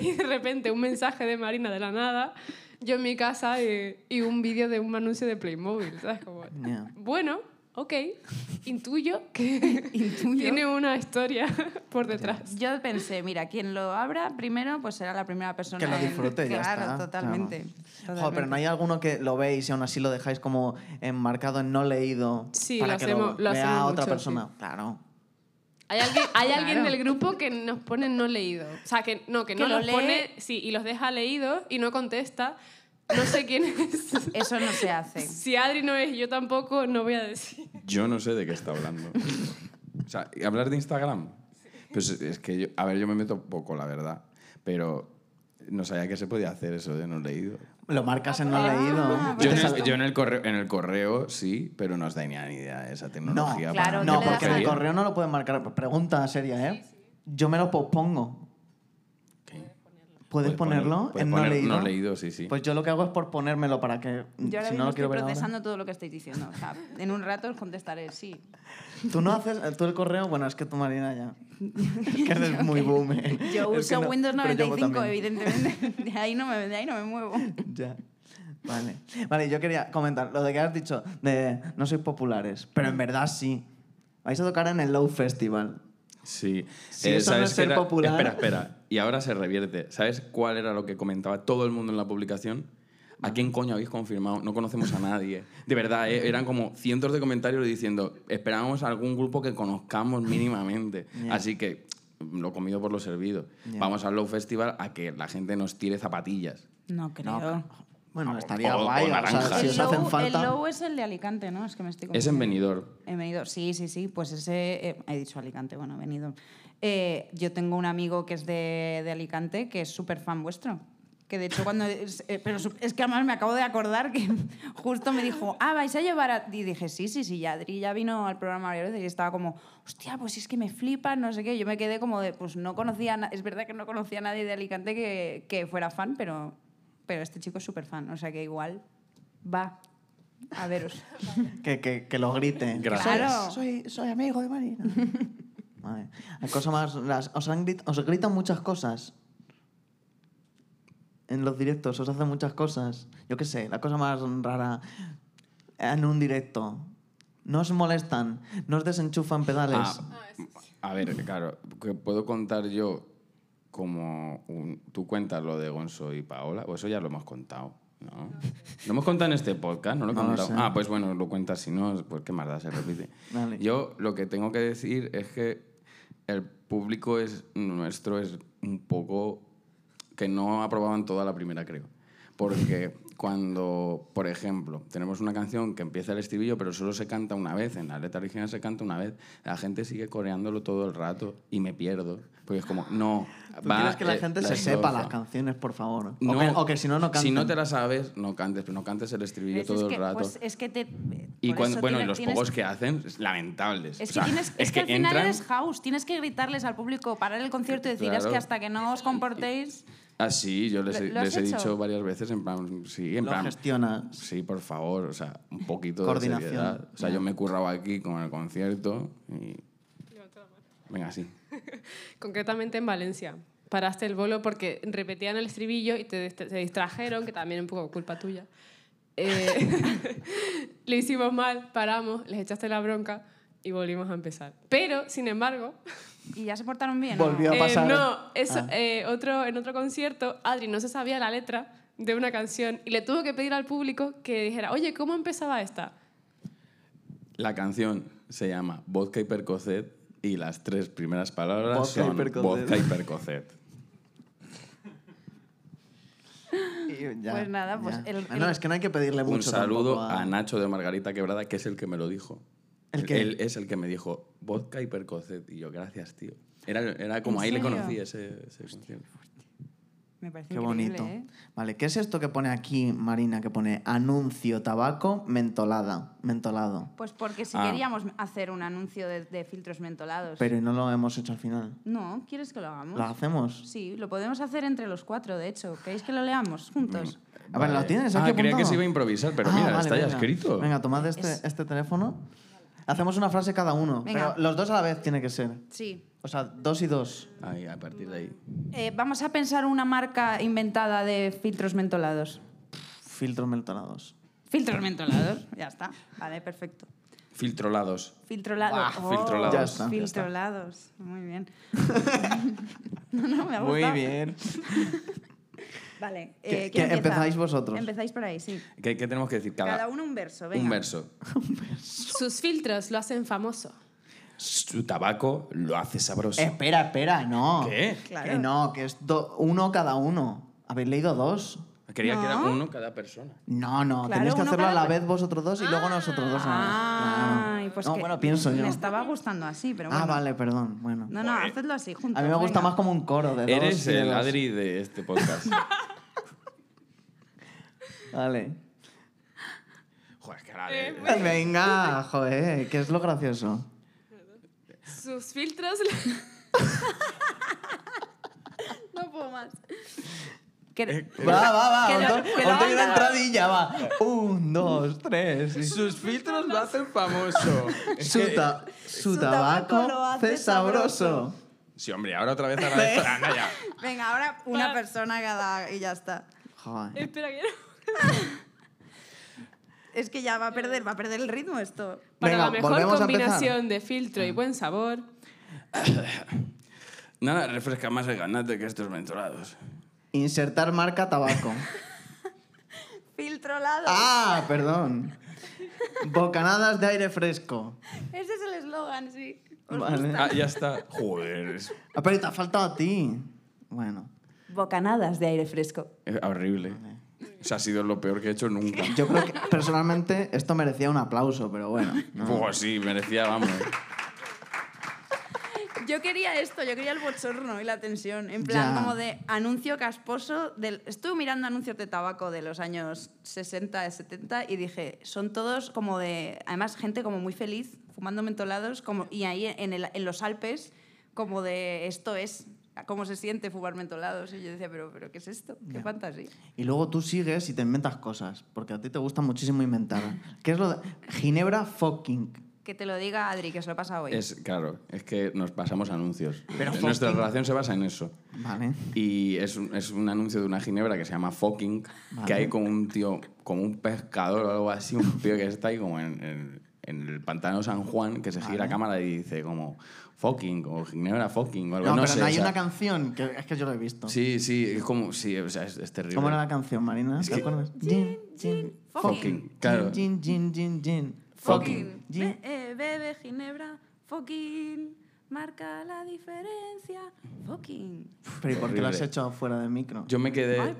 Speaker 3: y de repente un mensaje de Marina de la nada, yo en mi casa y, y un vídeo de un anuncio de Playmobil, ¿sabes? Como,
Speaker 1: Ya.
Speaker 3: bueno, ok, intuyo
Speaker 2: *laughs*
Speaker 3: que tiene una historia *laughs* por detrás.
Speaker 2: Yo pensé, mira, quien lo abra primero, pues será la primera persona.
Speaker 1: Que lo
Speaker 2: en-
Speaker 1: disfrute, ya
Speaker 2: claro,
Speaker 1: está,
Speaker 2: Totalmente,
Speaker 1: claro.
Speaker 2: totalmente.
Speaker 1: Jo, pero no hay alguno que lo veis y aún así lo dejáis como enmarcado en no leído
Speaker 3: Sí,
Speaker 1: para
Speaker 3: lo
Speaker 1: que
Speaker 3: hacemos-
Speaker 1: lo,
Speaker 3: lo
Speaker 1: vea
Speaker 3: hacemos
Speaker 1: otra
Speaker 3: mucho,
Speaker 1: persona. Claro.
Speaker 3: Hay alguien, hay alguien
Speaker 2: Claro.
Speaker 3: del grupo que nos pone no leído. O sea, que no, que,
Speaker 2: Que
Speaker 3: no
Speaker 2: lo
Speaker 3: los
Speaker 2: lee.
Speaker 3: pone, sí, y los deja leídos y no contesta. No sé quién es.
Speaker 2: Eso no se hace.
Speaker 3: Si Adri no es, yo tampoco, no voy a decir. *laughs*
Speaker 4: Yo no sé de qué está hablando. o sea, ¿y hablar de Instagram. Pues es que yo, a ver, yo me meto poco, la verdad. Pero no sabía que se podía hacer eso de no leído.
Speaker 1: Lo marcas en no
Speaker 3: Ah,
Speaker 1: leído.
Speaker 3: pues
Speaker 4: Yo, en
Speaker 1: Te
Speaker 4: el,
Speaker 1: sal-
Speaker 4: yo en el correo, en el correo sí, pero no os tenía ni idea de esa tecnología.
Speaker 1: No,
Speaker 4: para
Speaker 2: claro,
Speaker 4: mí.
Speaker 1: no,
Speaker 2: le das
Speaker 1: porque en
Speaker 2: al-
Speaker 1: el correo no lo pueden marcar. Pregunta seria, ¿eh? Yo me lo pospongo.
Speaker 4: ¿Qué?
Speaker 1: ¿Puedes
Speaker 4: Puedes
Speaker 1: ponerlo
Speaker 4: poner- puedes
Speaker 1: en no
Speaker 4: poner
Speaker 1: leído?
Speaker 4: no leído, sí, sí.
Speaker 1: Pues yo lo que hago es por ponérmelo para que.
Speaker 2: Yo ahora
Speaker 1: Mm, si
Speaker 2: mismo
Speaker 1: no lo
Speaker 2: estoy
Speaker 1: quiero ver ahora.
Speaker 2: procesando todo lo que estáis diciendo. O sea, en un rato os contestaré, sí.
Speaker 1: Tú no haces. Tú el correo. Bueno, es que tú,
Speaker 2: *laughs*
Speaker 1: Marina, ya. Es que eres muy boomer.
Speaker 2: Yo
Speaker 1: Es que
Speaker 2: uso
Speaker 1: no-
Speaker 2: Windows
Speaker 1: pero yo
Speaker 2: 95,
Speaker 1: también.
Speaker 2: evidentemente. *laughs* De ahí, no me, de ahí no me muevo.
Speaker 1: Ya. Vale. Vale, yo quería comentar lo de que has dicho de no sois populares, pero en verdad sí. Vais a tocar en el Low Festival.
Speaker 4: Sí.
Speaker 1: Si eso no es ser
Speaker 4: que era-
Speaker 1: popular.
Speaker 4: Espera, espera. Y ahora se revierte. ¿Sabes cuál era lo que comentaba todo el mundo en la publicación? ¿A quién coño habéis confirmado? No conocemos a nadie. De verdad, eh, eran como cientos de comentarios diciendo, esperábamos algún grupo que conozcamos mínimamente.
Speaker 1: *laughs* Ya.
Speaker 4: Así que lo comido por lo servido.
Speaker 1: Ya.
Speaker 4: Vamos al Low Festival a que la gente nos tire zapatillas.
Speaker 2: No
Speaker 1: No,
Speaker 2: creo.
Speaker 1: Bueno, estaría
Speaker 4: o- o
Speaker 1: guay. O, sea,
Speaker 4: naranjas.
Speaker 1: si
Speaker 2: el,
Speaker 1: os
Speaker 2: Lou-
Speaker 1: hacen
Speaker 2: el
Speaker 1: falta.
Speaker 2: Lou es el de Alicante, ¿no? Es que me estoy
Speaker 4: Es en
Speaker 2: confundiendo.
Speaker 4: venidor.
Speaker 2: En Benidorm, sí, sí, sí, pues ese, eh, he dicho Alicante, bueno, Benidorm. Eh, yo tengo un amigo que es de, de Alicante, que es súper fan vuestro. Que de hecho cuando... *laughs* es- eh, pero su- es que además me acabo de acordar que *laughs* justo me dijo, ah, vais a llevar a... Y dije, sí, sí, sí, ya Adri ya vino al programa varias veces y estaba como, hostia, pues es que me flipa, no sé qué. Yo me quedé como de, pues no conocía... a na- Es verdad que no conocía a nadie de Alicante que, que fuera fan, pero, pero este chico es súper fan. O sea que igual va a veros.
Speaker 1: Que, que, que lo griten.
Speaker 4: Gracias.
Speaker 2: Claro.
Speaker 1: Soy, soy amigo de Marina.
Speaker 2: *laughs*
Speaker 1: Madre. Hay cosas más. las- os, han grit- os gritan muchas cosas. En los directos os hacen muchas cosas. Yo qué sé, la cosa más rara. En un directo. No os molestan, no os desenchufan pedales.
Speaker 4: Ah, a ver, claro, que puedo contar yo como un- tú cuentas lo de Gonzo y Paola, o eso ya lo hemos contado, ¿no? Lo hemos contado en este podcast, ¿no lo he
Speaker 1: No lo
Speaker 4: contado?
Speaker 1: sé.
Speaker 4: Ah, pues bueno, lo cuentas, si no, pues qué más da, se repite.
Speaker 1: Vale.
Speaker 4: Yo lo que tengo que decir es que el público es, nuestro es un poco que no aprobaban toda la primera, creo.
Speaker 1: *laughs*
Speaker 4: Porque cuando, por ejemplo, tenemos una canción que empieza el estribillo, pero solo se canta una vez, en la letra original se canta una vez, la gente sigue coreándolo todo el rato y me pierdo. Porque es como, no.
Speaker 1: ¿Tú
Speaker 4: va,
Speaker 1: quieres que la
Speaker 4: eh,
Speaker 1: gente se sepa
Speaker 4: estrofa.
Speaker 1: las canciones, por favor? O,
Speaker 4: No,
Speaker 1: que, o que si no, no canten.
Speaker 4: Si no te la sabes, no cantes, pero no cantes el estribillo
Speaker 2: Pues es
Speaker 4: todo
Speaker 2: que-
Speaker 4: el rato.
Speaker 2: pues es que te.
Speaker 4: y
Speaker 2: por
Speaker 4: cuando,
Speaker 2: eso
Speaker 4: bueno, y
Speaker 2: tiene-
Speaker 4: los
Speaker 2: tienes-
Speaker 4: pocos que hacen, es lamentables.
Speaker 2: Es que,
Speaker 4: O sea, *laughs*
Speaker 2: tienes, es que al final
Speaker 4: entran-
Speaker 2: eres house, tienes que gritarles al público, parar el concierto y decir, es
Speaker 4: Claro.
Speaker 2: que hasta que no os comportéis.
Speaker 4: Ah, sí, yo les, he-
Speaker 2: ¿Lo- lo has
Speaker 4: les he
Speaker 2: hecho?
Speaker 4: dicho varias veces, en plan, sí, en
Speaker 1: Lo
Speaker 4: plan.
Speaker 1: gestionas.
Speaker 4: Sí, por favor, o sea, un poquito
Speaker 1: Coordinación.
Speaker 4: de seriedad. O sea, yo me he currado aquí con el concierto y... Venga, sí.
Speaker 3: Concretamente en Valencia. Paraste el bolo porque repetían el estribillo y te, te- te distrajeron, que también es un poco culpa tuya. Eh, *laughs* le hicimos mal, paramos, les echaste la bronca y volvimos a empezar. Pero, sin embargo, eh,
Speaker 2: Y ya se portaron bien.
Speaker 1: Volvió.
Speaker 2: ¿no?
Speaker 1: a pasar.
Speaker 3: no, eso,
Speaker 1: Ah.
Speaker 3: eh, otro, en otro concierto, Adri no se sabía la letra de una canción y le tuvo que pedir al público que dijera, oye, ¿cómo empezaba esta?
Speaker 1: *laughs*
Speaker 4: La canción se llama Vodka y Percocet y las tres primeras palabras
Speaker 1: Vodka y
Speaker 4: son
Speaker 1: Percocet.
Speaker 4: Vodka
Speaker 1: *laughs*
Speaker 4: y Percocet.
Speaker 1: Y ya,
Speaker 2: Pues nada, pues
Speaker 1: ya.
Speaker 2: el-
Speaker 1: Ah, No,
Speaker 2: el-
Speaker 1: es que no hay que pedirle
Speaker 4: Un
Speaker 1: mucho
Speaker 4: saludo
Speaker 1: tampoco
Speaker 4: a... Nacho de Margarita Quebrada, que es el que me lo dijo.
Speaker 1: ¿El qué?
Speaker 4: Él es el que me dijo Vodka y Percocet y yo, gracias, tío. Era, era como
Speaker 2: ¿En
Speaker 4: ahí le
Speaker 2: serio?
Speaker 4: conocí ese, ese concierto.
Speaker 2: Me parece
Speaker 1: Qué
Speaker 2: increíble,
Speaker 1: bonito.
Speaker 2: ¿eh?
Speaker 1: Vale, ¿qué es esto que pone aquí, Marina, que pone anuncio, tabaco, mentolada, mentolado?
Speaker 2: Pues porque si
Speaker 4: Ah.
Speaker 2: queríamos hacer un anuncio de, de filtros mentolados.
Speaker 1: Pero ¿y no lo hemos hecho al final.
Speaker 2: No, ¿quieres que lo hagamos?
Speaker 1: ¿Lo hacemos?
Speaker 2: Sí, lo podemos hacer entre los cuatro, de hecho. ¿Queréis que lo leamos juntos?
Speaker 1: A ver, ¿lo tienes
Speaker 4: Ah,
Speaker 1: aquí
Speaker 4: creía que
Speaker 1: apuntado?
Speaker 4: se iba a improvisar, pero
Speaker 1: Ah,
Speaker 4: mira,
Speaker 1: vale,
Speaker 4: está ya
Speaker 1: venga.
Speaker 4: escrito.
Speaker 1: Venga, tomad este,
Speaker 2: Es-
Speaker 1: este teléfono. Hacemos una frase cada uno.
Speaker 2: Venga.
Speaker 1: Pero los dos a la vez tiene que ser.
Speaker 2: Sí.
Speaker 1: O sea, dos y dos.
Speaker 4: Ahí, a partir de ahí.
Speaker 2: Eh, vamos a pensar una marca inventada de filtros mentolados.
Speaker 1: Filtros mentolados.
Speaker 2: Filtros mentolados, ya está. Vale, perfecto.
Speaker 4: Filtrolados.
Speaker 2: Filtrolados.
Speaker 4: Buah, filtrolados.
Speaker 1: Ya está, ya
Speaker 2: Oh, Filtrolados. Muy
Speaker 1: *laughs*
Speaker 2: bien. no, no, me ha
Speaker 1: Muy
Speaker 2: gustado.
Speaker 1: bien.
Speaker 2: Vale.
Speaker 1: Que-
Speaker 2: eh,
Speaker 1: que
Speaker 2: ¿quién empieza?
Speaker 1: empezáis vosotros.
Speaker 2: Empezáis por ahí, sí.
Speaker 4: ¿Qué, qué tenemos que decir? Cada,
Speaker 2: Cada, uno un verso, venga.
Speaker 4: un verso.
Speaker 3: Sus filtros lo hacen famoso.
Speaker 4: Su tabaco lo hace sabroso.
Speaker 1: Espera, espera, no.
Speaker 4: ¿Qué?
Speaker 2: Claro.
Speaker 1: Que no, que es do- uno cada uno. ¿Habéis leído dos?
Speaker 4: Quería que era
Speaker 2: No.
Speaker 4: uno cada persona.
Speaker 1: No, no,
Speaker 2: Claro,
Speaker 1: tenéis que
Speaker 2: uno
Speaker 1: hacerlo a
Speaker 2: cada
Speaker 1: la
Speaker 2: per-
Speaker 1: vez vosotros dos y luego nosotros dos. a la vez.
Speaker 2: Ay,
Speaker 1: Claro.
Speaker 2: pues
Speaker 1: no,
Speaker 2: que
Speaker 1: bueno, pienso yo.
Speaker 2: Me estaba gustando así, pero bueno.
Speaker 1: Ah, vale, perdón. Bueno.
Speaker 2: No, no, hacedlo así, juntos.
Speaker 1: a mí me gusta
Speaker 2: venga.
Speaker 1: más como un coro de dos.
Speaker 4: Eres
Speaker 1: y de
Speaker 4: el
Speaker 1: dos.
Speaker 4: Adri de este
Speaker 2: *laughs*
Speaker 4: podcast.
Speaker 1: Vale. Pues
Speaker 4: Joder, es que ahora
Speaker 2: Eh,
Speaker 4: de-
Speaker 1: Venga, joder, que es lo gracioso.
Speaker 3: Sus filtros...
Speaker 2: *laughs* No puedo más. Que-
Speaker 4: eh,
Speaker 1: Va, va, va.
Speaker 2: Que
Speaker 1: Os
Speaker 2: lo-
Speaker 1: doy,
Speaker 2: que lo
Speaker 1: os doy una
Speaker 2: hagan.
Speaker 1: entradilla, va. Un, dos, tres. y- Su,
Speaker 4: Sus filtros lo hacen *laughs* famoso.
Speaker 1: ta- su
Speaker 2: Su tabaco
Speaker 1: tabaco
Speaker 2: lo hace
Speaker 1: hace sabroso.
Speaker 4: eh, Sí, hombre, ahora otra vez a la
Speaker 2: Eh.
Speaker 4: vez. Anda ya.
Speaker 2: Venga, ahora una
Speaker 3: Va.
Speaker 2: persona cada y ya está.
Speaker 1: Joder.
Speaker 3: Espera, que no.
Speaker 2: Es que ya va a perder, va a perder el ritmo esto.
Speaker 3: Para
Speaker 1: Venga,
Speaker 3: la mejor
Speaker 1: volvemos a empezar. Ah.
Speaker 3: combinación de filtro y buen sabor,
Speaker 4: Nada refresca más el ganate que estos mentolados.
Speaker 1: Insertar marca tabaco.
Speaker 2: Filtrolado.
Speaker 1: Ah, perdón. Bocanadas de aire fresco.
Speaker 2: Ese es el eslogan, sí.
Speaker 1: Vale.
Speaker 4: Ah, ya está. Joder, es
Speaker 1: Ah, pero te ha faltado a ti. Bueno.
Speaker 2: Bocanadas de aire fresco.
Speaker 4: es horrible. Eso ha sido lo peor que he hecho nunca.
Speaker 1: Yo creo que personalmente esto merecía un aplauso, pero bueno. no.
Speaker 4: Pues sí, merecía, vamos.
Speaker 2: Yo quería esto, yo quería el bochorno y la tensión. En plan,
Speaker 1: Ya.
Speaker 2: como de anuncio casposo. Del... Estuve mirando anuncios de tabaco de los años 60, 70 y dije, son todos como de. Además, gente como muy feliz, fumando mentolados, como... y ahí en, el- en los Alpes, como de esto es. ¿Cómo se siente fumar mentolados? Y yo decía, pero, pero ¿qué es esto? ¿Qué
Speaker 1: Ya.
Speaker 2: fantasía?
Speaker 1: Y luego tú sigues y te inventas cosas, porque a ti te gusta muchísimo inventar. ¿Qué es lo de Ginebra fucking?
Speaker 2: Que te lo diga Adri, que se lo pasa hoy.
Speaker 4: Es, claro, es que nos pasamos anuncios.
Speaker 1: Pero
Speaker 4: Nuestra
Speaker 1: fucking-
Speaker 4: relación se basa en eso.
Speaker 1: Vale.
Speaker 4: Y es un, es un anuncio de una ginebra que se llama Fucking,
Speaker 1: Vale.
Speaker 4: que hay como un tío, como un pescador o algo así, un tío que está ahí como en, en- en el pantano San Juan, que se gira
Speaker 1: Vale.
Speaker 4: a cámara y dice como Fucking o Ginebra Fucking o algo
Speaker 1: No, pero
Speaker 4: sé,
Speaker 1: no hay
Speaker 4: o sea,
Speaker 1: una canción, que es que yo lo he visto.
Speaker 4: Sí, sí, es como, sí, o sea, es, es terrible.
Speaker 1: ¿Cómo era la canción, Marina?
Speaker 4: Es
Speaker 1: ¿Te
Speaker 4: que-
Speaker 1: acuerdas?
Speaker 2: Gin, gin, fucking.
Speaker 1: Gin,
Speaker 4: Claro.
Speaker 1: Gin, gin, gin, gin.
Speaker 4: Fucking.
Speaker 1: Gin.
Speaker 2: Be- eh, bebe Ginebra, fucking. Marca la diferencia, fucking.
Speaker 1: Pero ¿y por qué lo has
Speaker 4: Horrible.
Speaker 1: hecho fuera de micro?
Speaker 4: Yo me quedé,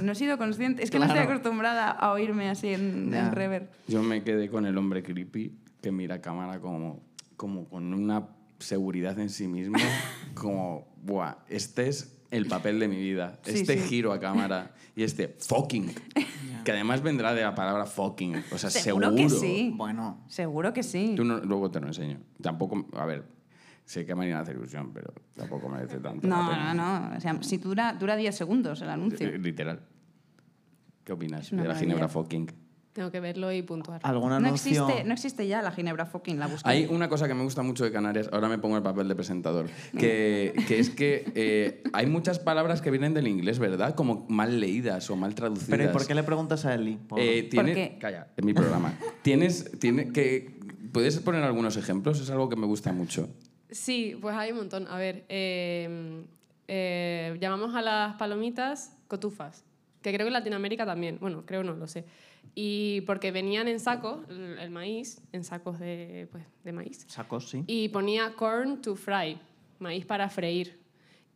Speaker 2: No he sido consciente, es que no
Speaker 1: Claro.
Speaker 2: estoy acostumbrada a oírme así en,
Speaker 1: Ya.
Speaker 2: en rever.
Speaker 4: yo me quedé con el hombre creepy que mira a cámara como, como con una seguridad en
Speaker 2: *laughs*
Speaker 4: sí mismo, como, buah, este es el papel de mi vida,
Speaker 2: Sí,
Speaker 4: este
Speaker 2: sí.
Speaker 4: giro a cámara y este
Speaker 2: *laughs*
Speaker 4: fucking, que además vendrá de la palabra fucking, o sea, seguro.
Speaker 2: Seguro que sí.
Speaker 1: Bueno,
Speaker 2: Seguro que sí.
Speaker 4: Yo no- luego te lo enseño. Tampoco, a ver, sé que Marina hace ilusión, pero tampoco merece tanto. la
Speaker 2: No,
Speaker 4: pena.
Speaker 2: no, no. O sea, si dura, dura 10 segundos el anuncio.
Speaker 4: Eh, Literal. ¿Qué opinas
Speaker 2: Es
Speaker 4: de
Speaker 2: una
Speaker 4: la
Speaker 2: maravilla.
Speaker 4: Ginebra fucking?
Speaker 3: Tengo que verlo y puntuar.
Speaker 1: algún
Speaker 2: No
Speaker 1: anuncio...
Speaker 2: existe, no existe ya la Ginebra fucking, la busqué.
Speaker 4: Hay una cosa que me gusta mucho de Canarias, ahora me pongo el papel de presentador,
Speaker 1: Mm.
Speaker 4: que, que es que eh, hay muchas palabras que vienen del inglés, ¿verdad? Como mal leídas o mal traducidas.
Speaker 1: Pero ¿y por qué le preguntas a Eli? Por-
Speaker 4: Eh, tienes-
Speaker 2: qué?
Speaker 4: Calla, en mi programa. tienes, tiene que, ¿Puedes poner algunos ejemplos? Es algo que me gusta mucho.
Speaker 3: Sí, pues hay un montón. A ver, eh, eh, llamamos a las palomitas cotufas, que creo que en Latinoamérica también, bueno, creo no, lo sé. Y porque venían en sacos, el, el maíz, en sacos de, pues, de maíz,
Speaker 1: Sacos, sí.
Speaker 3: y ponía corn to fry, maíz para freír.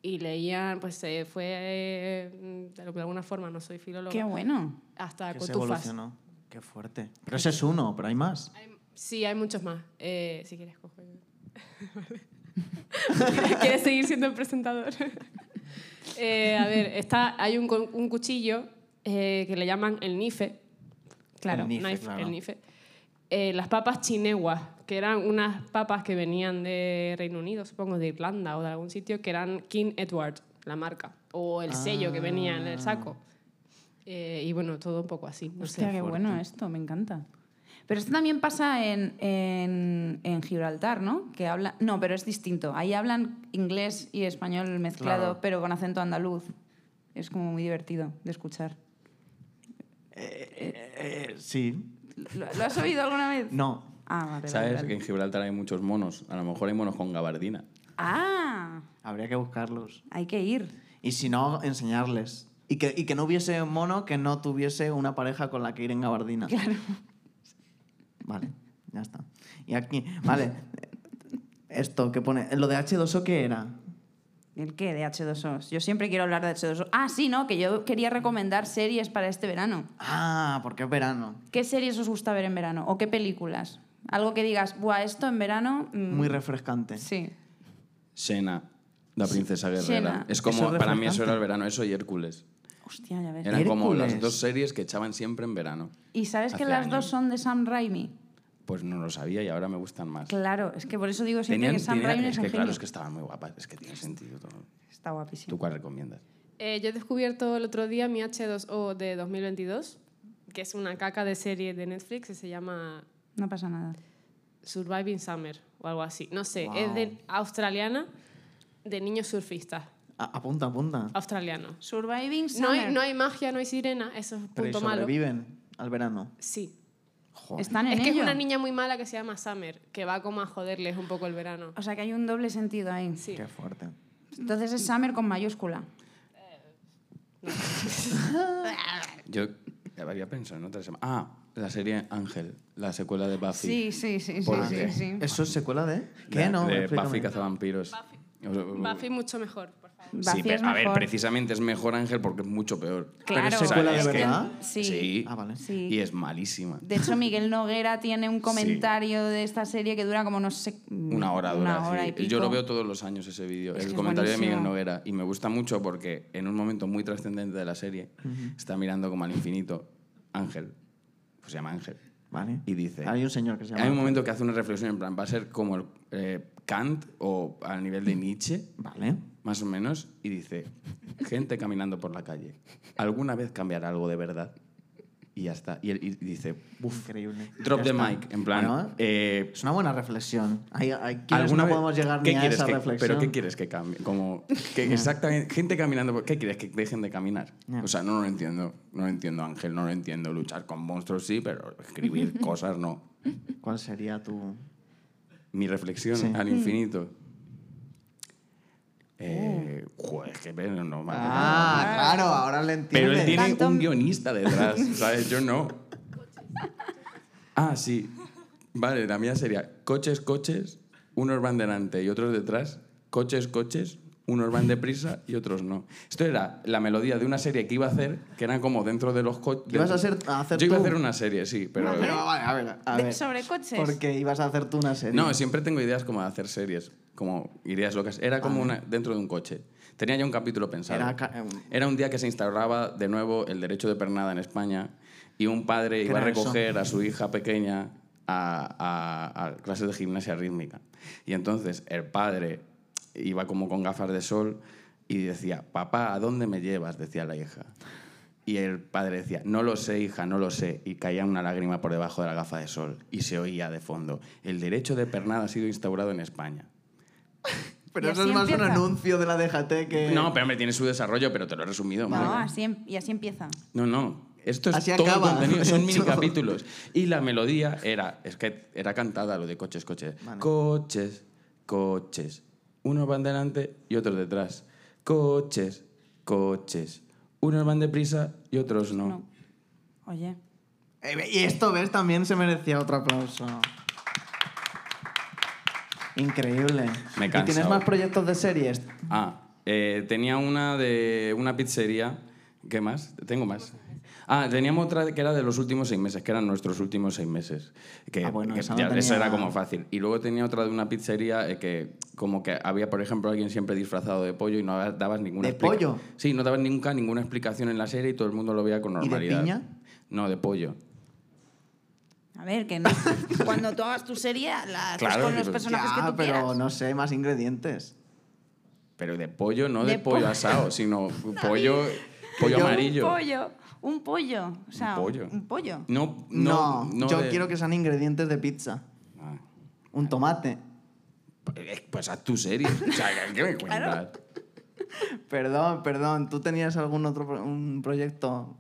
Speaker 3: Y leían, pues se fue, eh, de de alguna forma, no soy filólogo,
Speaker 2: Qué bueno.
Speaker 3: hasta
Speaker 1: Que se
Speaker 3: cotufas.
Speaker 1: evolucionó. Qué fuerte. Pero ese es uno, pero hay más.
Speaker 3: Hay- Sí, hay muchos más. Eh, si quieres, coge. *laughs* Vale. ¿Quieres seguir siendo el presentador? *laughs* Eh, a ver, está, hay un, cu- un cuchillo eh, que le llaman el nife. Claro,
Speaker 1: El nife,
Speaker 3: knife,
Speaker 1: claro.
Speaker 3: el nife. Eh, las papas chineguas, que eran unas papas que venían de Reino Unido, supongo, de Irlanda o de algún sitio, que eran King Edward, la marca, o el sello que venía
Speaker 1: Ah.
Speaker 3: en el saco. Eh, y bueno, todo un poco así. No sé.
Speaker 2: Hostia, qué bueno esto, me encanta. Pero esto también pasa en, en, en Gibraltar, ¿no? Que habla, no, pero es distinto. Ahí hablan inglés y español mezclado,
Speaker 1: Claro.
Speaker 2: pero con acento andaluz. Es como muy divertido de escuchar.
Speaker 1: Eh, eh, sí.
Speaker 2: ¿Lo, lo has oído alguna vez?
Speaker 1: No.
Speaker 2: Ah, vale, vale,
Speaker 4: ¿Sabes?
Speaker 2: vale.
Speaker 4: Que en Gibraltar hay muchos monos. A lo mejor hay monos con gabardina.
Speaker 2: Ah,
Speaker 1: Habría que buscarlos.
Speaker 2: hay que ir.
Speaker 1: Y si no, enseñarles. Y que, y que no hubiese un mono que no tuviese una pareja con la que ir en gabardina.
Speaker 2: Claro.
Speaker 1: Vale, ya está. Y aquí, vale. Esto que pone. ¿Lo de H2O qué era?
Speaker 2: ¿El qué? De H2O. Yo siempre quiero hablar de H2O. Ah, sí, no, que yo quería recomendar series para este verano.
Speaker 1: Ah, porque es verano.
Speaker 2: ¿Qué series os gusta ver en verano? ¿O qué películas? Algo que digas, buah, esto en verano... mm,
Speaker 1: Muy refrescante.
Speaker 2: Sí.
Speaker 4: Xena, la princesa guerrera.
Speaker 2: Xena.
Speaker 4: Es
Speaker 1: Eso
Speaker 4: como,
Speaker 1: es
Speaker 4: para mí eso
Speaker 1: refrescante.
Speaker 4: era el verano, eso y Hércules.
Speaker 2: Hostia, ya ves.
Speaker 4: Eran como
Speaker 1: Hércules.
Speaker 4: las dos series que echaban siempre en verano.
Speaker 2: ¿Y sabes que
Speaker 4: hace
Speaker 2: las
Speaker 4: años.
Speaker 2: dos son de Sam Raimi?
Speaker 4: Pues no lo sabía y ahora me gustan más.
Speaker 2: Claro, es que por eso digo siempre
Speaker 4: Tenían-
Speaker 2: que Sam
Speaker 4: tenía-
Speaker 2: Raimi
Speaker 4: es
Speaker 2: es
Speaker 4: que
Speaker 2: un
Speaker 4: claro,
Speaker 2: genio.
Speaker 4: es que estaban muy guapas. Es que tiene sentido todo.
Speaker 2: Está guapísimo.
Speaker 4: ¿Tú cuál recomiendas?
Speaker 3: Eh, yo he descubierto el otro día mi H2O de 2022, que es una caca de serie de Netflix que se llama
Speaker 2: No pasa nada.
Speaker 3: Surviving Summer o algo así. No sé,
Speaker 1: Wow.
Speaker 3: es de australiana de niños surfistas.
Speaker 1: A- apunta, apunta.
Speaker 3: Australiano.
Speaker 2: Surviving
Speaker 3: No hay,
Speaker 2: Summer.
Speaker 3: no hay magia, no hay sirena, eso es un
Speaker 1: Pero y
Speaker 3: punto malo.
Speaker 1: sobreviven al verano.
Speaker 3: Sí.
Speaker 1: Joder.
Speaker 2: Están en
Speaker 3: Es que es
Speaker 2: ello?
Speaker 3: una niña muy mala que se llama Summer, que va como a joderles un poco el verano.
Speaker 2: O sea que hay un doble sentido ahí.
Speaker 3: Sí.
Speaker 1: Qué fuerte.
Speaker 2: Entonces es Summer con mayúscula.
Speaker 4: Yo había pensado en otra semana. Ah, la serie Ángel, la secuela de Buffy.
Speaker 2: Sí, sí, sí, sí,
Speaker 4: Pues,
Speaker 2: sí,
Speaker 4: eh,
Speaker 2: sí.
Speaker 1: Ah, ¿Eso es secuela de?
Speaker 4: De-
Speaker 1: ¿Qué no?
Speaker 4: De
Speaker 1: Explícame.
Speaker 4: Buffy cazavampiros. O sea,
Speaker 3: Buffy mucho mejor, por
Speaker 2: Vacío
Speaker 4: pero-
Speaker 2: es
Speaker 4: a ver,
Speaker 2: mejor.
Speaker 4: precisamente es mejor Ángel porque es mucho peor.
Speaker 2: Claro.
Speaker 1: Pero es secuela de
Speaker 4: es que-
Speaker 1: verdad.
Speaker 2: Sí.
Speaker 4: Sí.
Speaker 1: Ah, vale.
Speaker 2: Sí.
Speaker 4: Y es malísima.
Speaker 2: De hecho, Miguel Noguera tiene un comentario de esta serie que dura como, no sé...
Speaker 4: Una hora dura.
Speaker 2: una hora
Speaker 4: sí.
Speaker 2: y pico.
Speaker 4: Yo lo veo todos los años ese vídeo,
Speaker 2: Es que
Speaker 4: el
Speaker 2: es
Speaker 4: comentario de Miguel
Speaker 2: buenísimo.
Speaker 4: Noguera. Y me gusta mucho porque en un momento muy trascendente de la serie está mirando como al infinito Ángel, pues se llama Ángel,
Speaker 1: Vale.
Speaker 4: y dice...
Speaker 1: Hay un señor que se llama.
Speaker 4: Hay un momento que hace una reflexión en plan, va a ser como el, eh, Kant o al nivel de Nietzsche,
Speaker 1: Vale.
Speaker 4: más o menos, y dice, gente caminando por la calle, ¿alguna vez cambiará algo de verdad? Y ya está. Y, él- y dice, "Uf,
Speaker 1: Increíble.
Speaker 4: drop
Speaker 1: Ya
Speaker 4: the
Speaker 1: está.
Speaker 4: mic, en plan...
Speaker 1: Bueno,
Speaker 4: eh,
Speaker 1: es una buena reflexión. Hay, hay quienes
Speaker 4: ¿Alguna
Speaker 1: no
Speaker 4: vez-
Speaker 1: podemos llegar
Speaker 4: ¿qué
Speaker 1: ni a
Speaker 4: quieres
Speaker 1: esa
Speaker 4: que-
Speaker 1: reflexión.
Speaker 4: Pero ¿qué quieres que cambie? Como
Speaker 1: *laughs*
Speaker 4: que exactamente gente caminando, por- ¿qué quieres que dejen de caminar?
Speaker 1: Ya.
Speaker 4: O sea, no lo entiendo, no lo entiendo Ángel, no lo entiendo luchar con monstruos sí, pero
Speaker 1: *laughs*
Speaker 4: escribir cosas no.
Speaker 1: ¿Cuál sería tu...?
Speaker 4: Mi reflexión
Speaker 1: Sí. Mm.
Speaker 4: al infinito. Eh, joder, es que pero no me acuerdo.
Speaker 1: Ah, claro, ahora le entiendes.
Speaker 4: Pero él tiene
Speaker 2: Tanto-
Speaker 4: un guionista detrás, ¿sabes? Yo no. Ah, sí. Vale, la mía sería coches, coches, unos van delante y otros detrás, coches, coches, unos van deprisa y otros no. Esto era la melodía de una serie que iba a hacer, que era como dentro de los coches.
Speaker 1: ¿Ibas a hacer- a hacer
Speaker 4: Yo iba a
Speaker 1: tú?
Speaker 4: hacer una serie, sí, pero...
Speaker 1: Pero vale, a ver, a
Speaker 2: De-
Speaker 1: ver.
Speaker 2: sobre coches.
Speaker 1: Porque ibas a hacer tú una serie.
Speaker 4: No, siempre tengo ideas como de hacer series, como ideas locas. Era como una, dentro de un coche. Tenía ya un capítulo pensado.
Speaker 1: Era ca- eh, un-
Speaker 4: Era un día que se instauraba de nuevo el derecho de pernada en España y un padre
Speaker 1: ¿Qué
Speaker 4: iba a
Speaker 1: era eso?
Speaker 4: recoger a su hija pequeña a, a- a clases de gimnasia rítmica. Y entonces el padre iba como con gafas de sol y decía, papá, ¿a dónde me llevas? decía la hija. Y el padre decía, no lo sé, hija, no lo sé. Y caía una lágrima por debajo de la gafa de sol. Y se oía de fondo, el derecho de pernada ha sido instaurado en España.
Speaker 1: Pero
Speaker 2: Y
Speaker 1: eso
Speaker 2: así
Speaker 1: es más un
Speaker 2: empieza.
Speaker 1: anuncio de la déjate que...
Speaker 4: No, pero hombre, tiene su desarrollo, pero te lo he resumido.
Speaker 2: No,
Speaker 4: madre.
Speaker 2: así em- y así empieza.
Speaker 4: No, no. Esto es
Speaker 1: Así
Speaker 4: todo
Speaker 1: acaba,
Speaker 4: el contenido,
Speaker 1: *laughs*
Speaker 4: son
Speaker 1: de hecho.
Speaker 4: mini capítulos. Y la melodía era, es que era cantada lo de coches, coches.
Speaker 1: Vale.
Speaker 4: Coches, coches. Unos van delante y otros detrás. Coches, coches. Unos van deprisa y otros no.
Speaker 2: No. Oye.
Speaker 1: Eh, Y esto, ¿ves? También se merecía otro aplauso. Increíble.
Speaker 4: Me he
Speaker 1: ¿Y tienes
Speaker 4: cansado.
Speaker 1: más proyectos de series?
Speaker 4: Ah, eh, tenía una de una pizzería. ¿Qué más? Tengo más. Ah, teníamos otra que era de los últimos seis meses, que eran nuestros últimos seis meses. Que,
Speaker 1: Ah, bueno,
Speaker 4: que
Speaker 1: esa no
Speaker 4: ya,
Speaker 1: tenía-
Speaker 4: eso era como fácil. Y luego tenía otra de una pizzería eh, que como que había, por ejemplo, alguien siempre disfrazado de pollo y no dabas ninguna
Speaker 1: ¿De
Speaker 4: explica-
Speaker 1: pollo?
Speaker 4: Sí, no dabas nunca ninguna explicación en la serie y todo el mundo lo veía con
Speaker 1: de
Speaker 4: normalidad.
Speaker 1: piña?
Speaker 4: No, de pollo.
Speaker 2: A ver,
Speaker 1: *laughs*
Speaker 2: que no. cuando tú hagas tu serie, la haces
Speaker 4: Claro,
Speaker 2: con los
Speaker 4: pero-
Speaker 2: personajes
Speaker 1: Ya,
Speaker 2: que tú
Speaker 1: pero
Speaker 2: quieras.
Speaker 1: no sé, más ingredientes.
Speaker 4: Pero de pollo, no de,
Speaker 2: De po-
Speaker 4: pollo
Speaker 2: *laughs*
Speaker 4: asado, sino pollo, pollo amarillo.
Speaker 2: Un pollo. Un pollo. O sea,
Speaker 4: Un pollo.
Speaker 2: Un pollo.
Speaker 4: No,
Speaker 1: No,
Speaker 4: no, no
Speaker 1: yo
Speaker 4: de-
Speaker 1: quiero que sean ingredientes de pizza.
Speaker 4: Ah.
Speaker 1: Un tomate.
Speaker 4: Eh, Pues haz tu serie. O sea,
Speaker 2: *laughs*
Speaker 4: ¿qué me cuentas?
Speaker 1: Perdón, perdón, ¿tú tenías algún otro pro- un proyecto?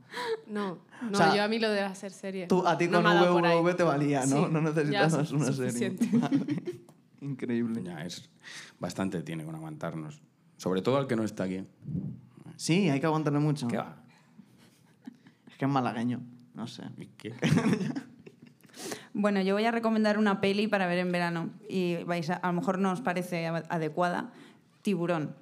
Speaker 3: No, no,
Speaker 1: sea,
Speaker 3: yo a mí lo de hacer series.
Speaker 1: Tú, a ti
Speaker 3: no
Speaker 1: con
Speaker 3: me ha dado por ahí.
Speaker 1: VVV te valía, ¿no?
Speaker 3: Sí,
Speaker 1: no
Speaker 3: ya
Speaker 1: necesitabas
Speaker 3: es
Speaker 1: una
Speaker 3: suficiente.
Speaker 1: serie. Vale. *laughs* Increíble.
Speaker 4: Ya, es bastante tiene con aguantarnos. Sobre todo al que no está aquí.
Speaker 1: Sí, hay que aguantarle mucho.
Speaker 4: ¿Qué va?
Speaker 1: Es que es malagueño, no
Speaker 4: *laughs*
Speaker 1: sé.
Speaker 4: ¿Y
Speaker 2: *laughs*
Speaker 4: qué?
Speaker 2: Bueno, yo voy a recomendar una peli para ver en verano y vais a, a lo mejor no os parece a- adecuada. Tiburón.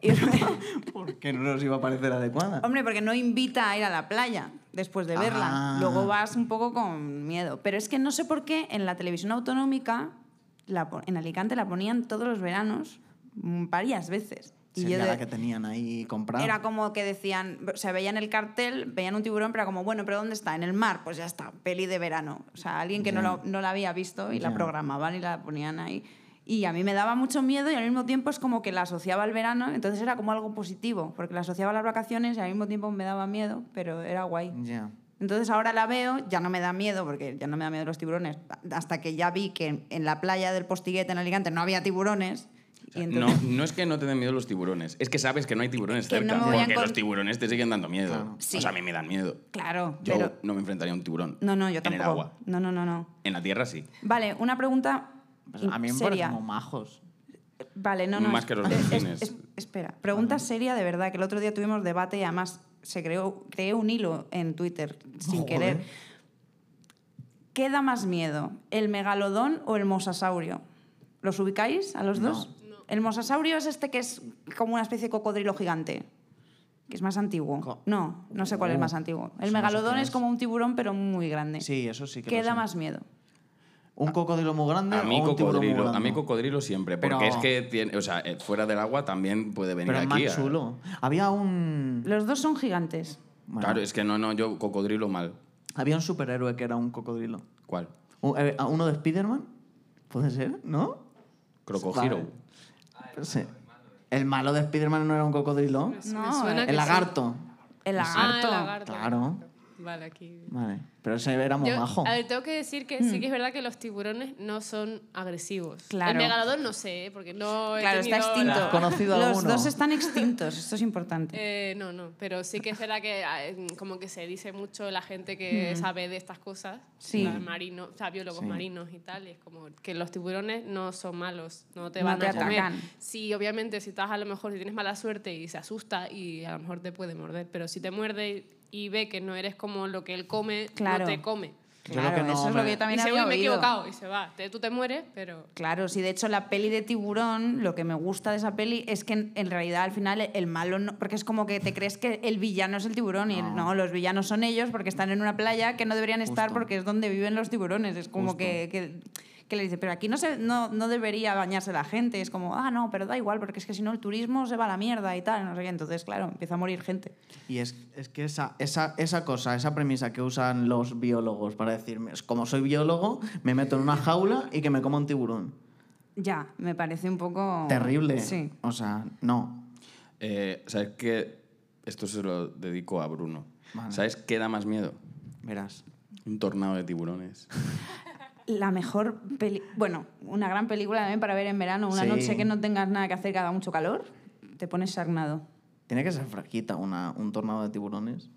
Speaker 2: Y- *laughs*
Speaker 1: Porque no nos iba a parecer adecuada.
Speaker 2: hombre, porque no invita a ir a la playa después de verla.
Speaker 1: Ah.
Speaker 2: Luego vas un poco con miedo. Pero es que no sé por qué en la televisión autonómica, la po- en Alicante la ponían todos los veranos mm, varias veces. Y yo
Speaker 1: Sería
Speaker 2: de-
Speaker 1: la que tenían ahí comprada.
Speaker 2: Era como que decían, o sea, veían el cartel, veían un tiburón, pero era como, bueno, ¿pero dónde está? En el mar, pues ya está, peli de verano. O sea, alguien que no,
Speaker 1: Ya.
Speaker 2: lo- no la había visto y
Speaker 1: Ya.
Speaker 2: la programaban y la ponían ahí. Y a mí me daba mucho miedo y al mismo tiempo es como que la asociaba al verano, entonces era como algo positivo, porque la asociaba a las vacaciones y al mismo tiempo me daba miedo, pero era guay.
Speaker 4: Mm.
Speaker 1: Ya.
Speaker 2: Entonces ahora la veo, ya no me da miedo, porque ya no me da miedo los tiburones, hasta que ya vi que en, en la playa del Postiguete en Alicante no había tiburones. y entonces-
Speaker 4: No, no es que no te den miedo los tiburones, es que sabes que no hay tiburones
Speaker 2: Que no me
Speaker 4: cerca.
Speaker 2: voy a
Speaker 4: porque
Speaker 2: encont-
Speaker 4: los tiburones te siguen dando miedo.
Speaker 1: Claro.
Speaker 2: Sí.
Speaker 4: O sea, a mí me dan miedo.
Speaker 2: *laughs* Claro,
Speaker 4: Yo
Speaker 2: pero...
Speaker 4: no me enfrentaría a un tiburón.
Speaker 2: No, no, yo
Speaker 4: En
Speaker 2: tampoco.
Speaker 4: el agua.
Speaker 2: No, no, no, no.
Speaker 4: En la tierra sí.
Speaker 2: Vale, una pregunta
Speaker 1: Pues a mí me
Speaker 2: seria.
Speaker 1: parecen como majos.
Speaker 2: Vale, no, no.
Speaker 4: Más
Speaker 2: es-
Speaker 4: que los
Speaker 2: es- es-
Speaker 4: delfines.
Speaker 2: es- espera, pregunta seria de verdad, que el otro día tuvimos debate y además se creó creé un hilo en Twitter sin
Speaker 1: Joder.
Speaker 2: querer. ¿Qué da más miedo, el megalodón o el mosasaurio? ¿Los ubicáis a los
Speaker 1: No.
Speaker 2: dos? El mosasaurio es este que es como una especie de cocodrilo gigante. Que es más antiguo.
Speaker 1: Co-
Speaker 2: No, no sé cuál es
Speaker 1: Oh,
Speaker 2: más antiguo. El
Speaker 1: eso no sé
Speaker 2: megalodón
Speaker 1: cuál
Speaker 2: es
Speaker 1: es.
Speaker 2: como un tiburón, pero muy grande.
Speaker 1: Sí, eso sí que
Speaker 2: que
Speaker 1: lo
Speaker 2: da
Speaker 1: sé.
Speaker 2: más miedo.
Speaker 1: ¿Un cocodrilo muy grande
Speaker 4: A mí,
Speaker 1: o un tiburón muy
Speaker 4: cocodrilo,
Speaker 1: grande?
Speaker 4: a mí cocodrilo siempre, porque
Speaker 1: Pero-
Speaker 4: es que tiene, o sea, eh, fuera del agua también puede venir
Speaker 1: Pero es
Speaker 4: aquí. ¿eh?
Speaker 1: más
Speaker 4: a-
Speaker 1: chulo. Había un...
Speaker 2: Los dos son gigantes.
Speaker 1: bueno,
Speaker 4: Claro, es que no, no, yo cocodrilo mal.
Speaker 1: Había un superhéroe que era un cocodrilo.
Speaker 4: ¿Cuál?
Speaker 1: U- eh, a ¿Uno de Spider-Man? ¿Puede ser? ¿No?
Speaker 4: Crocogiro.
Speaker 1: Vale. Sí. El malo de Spider-Man no era un
Speaker 2: No,
Speaker 1: cocodrilo.
Speaker 3: Me suena
Speaker 2: el
Speaker 3: que
Speaker 1: El
Speaker 3: sí.
Speaker 1: lagarto.
Speaker 2: El
Speaker 3: Ah,
Speaker 2: lagarto.
Speaker 3: el lagarto.
Speaker 1: Claro.
Speaker 3: Vale, aquí.
Speaker 1: Vale. Pero ese era muy
Speaker 3: Yo,
Speaker 1: majo.
Speaker 3: a ver, tengo que decir que sí que es verdad que los tiburones no son agresivos.
Speaker 2: Mm. Claro.
Speaker 3: El megalodón no sé, ¿eh? porque no he
Speaker 2: Claro, está
Speaker 3: tenido
Speaker 2: extinto.
Speaker 3: la-
Speaker 1: ¿Has conocido
Speaker 2: Los
Speaker 1: alguno?
Speaker 2: dos están extintos, esto es importante.
Speaker 3: Eh, no, no, pero sí que es verdad que ah, eh, como que se dice mucho la gente que sabe de estas cosas,
Speaker 2: Sí.
Speaker 3: los marinos, o sea, biólogos
Speaker 1: Sí.
Speaker 3: marinos y tal, y es como que los tiburones no son malos, no te
Speaker 2: No
Speaker 3: van
Speaker 2: te
Speaker 3: a comer.
Speaker 2: atacan.
Speaker 3: Sí, obviamente si estás a lo mejor, si tienes mala suerte y se asusta y a lo mejor te puede morder, pero si te muerde y ve que no eres como lo que él come,
Speaker 2: Claro.
Speaker 3: no te come.
Speaker 1: Yo creo
Speaker 2: Claro,
Speaker 1: que no,
Speaker 2: eso es lo
Speaker 1: hombre.
Speaker 2: que yo también
Speaker 3: Dice,
Speaker 2: había
Speaker 3: uy, me he
Speaker 2: oído.
Speaker 3: equivocado y se va. Te- tú te mueres, pero...
Speaker 2: Claro, sí, de hecho la peli de tiburón, lo que me gusta de esa peli es que en, en realidad al final el malo no, porque es como que te crees que el villano es el tiburón y el-
Speaker 1: No.
Speaker 2: no, los villanos son ellos porque están en una playa que no deberían estar
Speaker 1: Justo.
Speaker 2: porque es donde viven los tiburones, es como
Speaker 1: Justo.
Speaker 2: que, que, que le dice, pero aquí no, se, no, no debería bañarse la gente, es como, ah, no, pero da igual porque es que si no el turismo se va a la mierda y tal, no sé qué, entonces claro, empieza a morir gente.
Speaker 1: Y es, es que esa, esa, esa cosa, esa premisa que usan los biólogos para decirme, es como soy biólogo, me meto en una jaula y que me coma un tiburón.
Speaker 2: Ya, me parece un poco...
Speaker 1: Terrible.
Speaker 2: Sí.
Speaker 1: O sea, no.
Speaker 4: Eh, ¿Sabes qué? Esto se lo dedico a Bruno.
Speaker 1: Vale.
Speaker 4: ¿Sabes qué da más miedo?
Speaker 1: Verás.
Speaker 4: Un tornado de tiburones.
Speaker 2: La mejor peli... Bueno, una gran película también para ver en verano. Una
Speaker 1: Sí.
Speaker 2: noche que no tengas nada que hacer, que haga mucho calor, te pones sarnado.
Speaker 1: Tiene que ser fresquita una, un tornado de tiburones.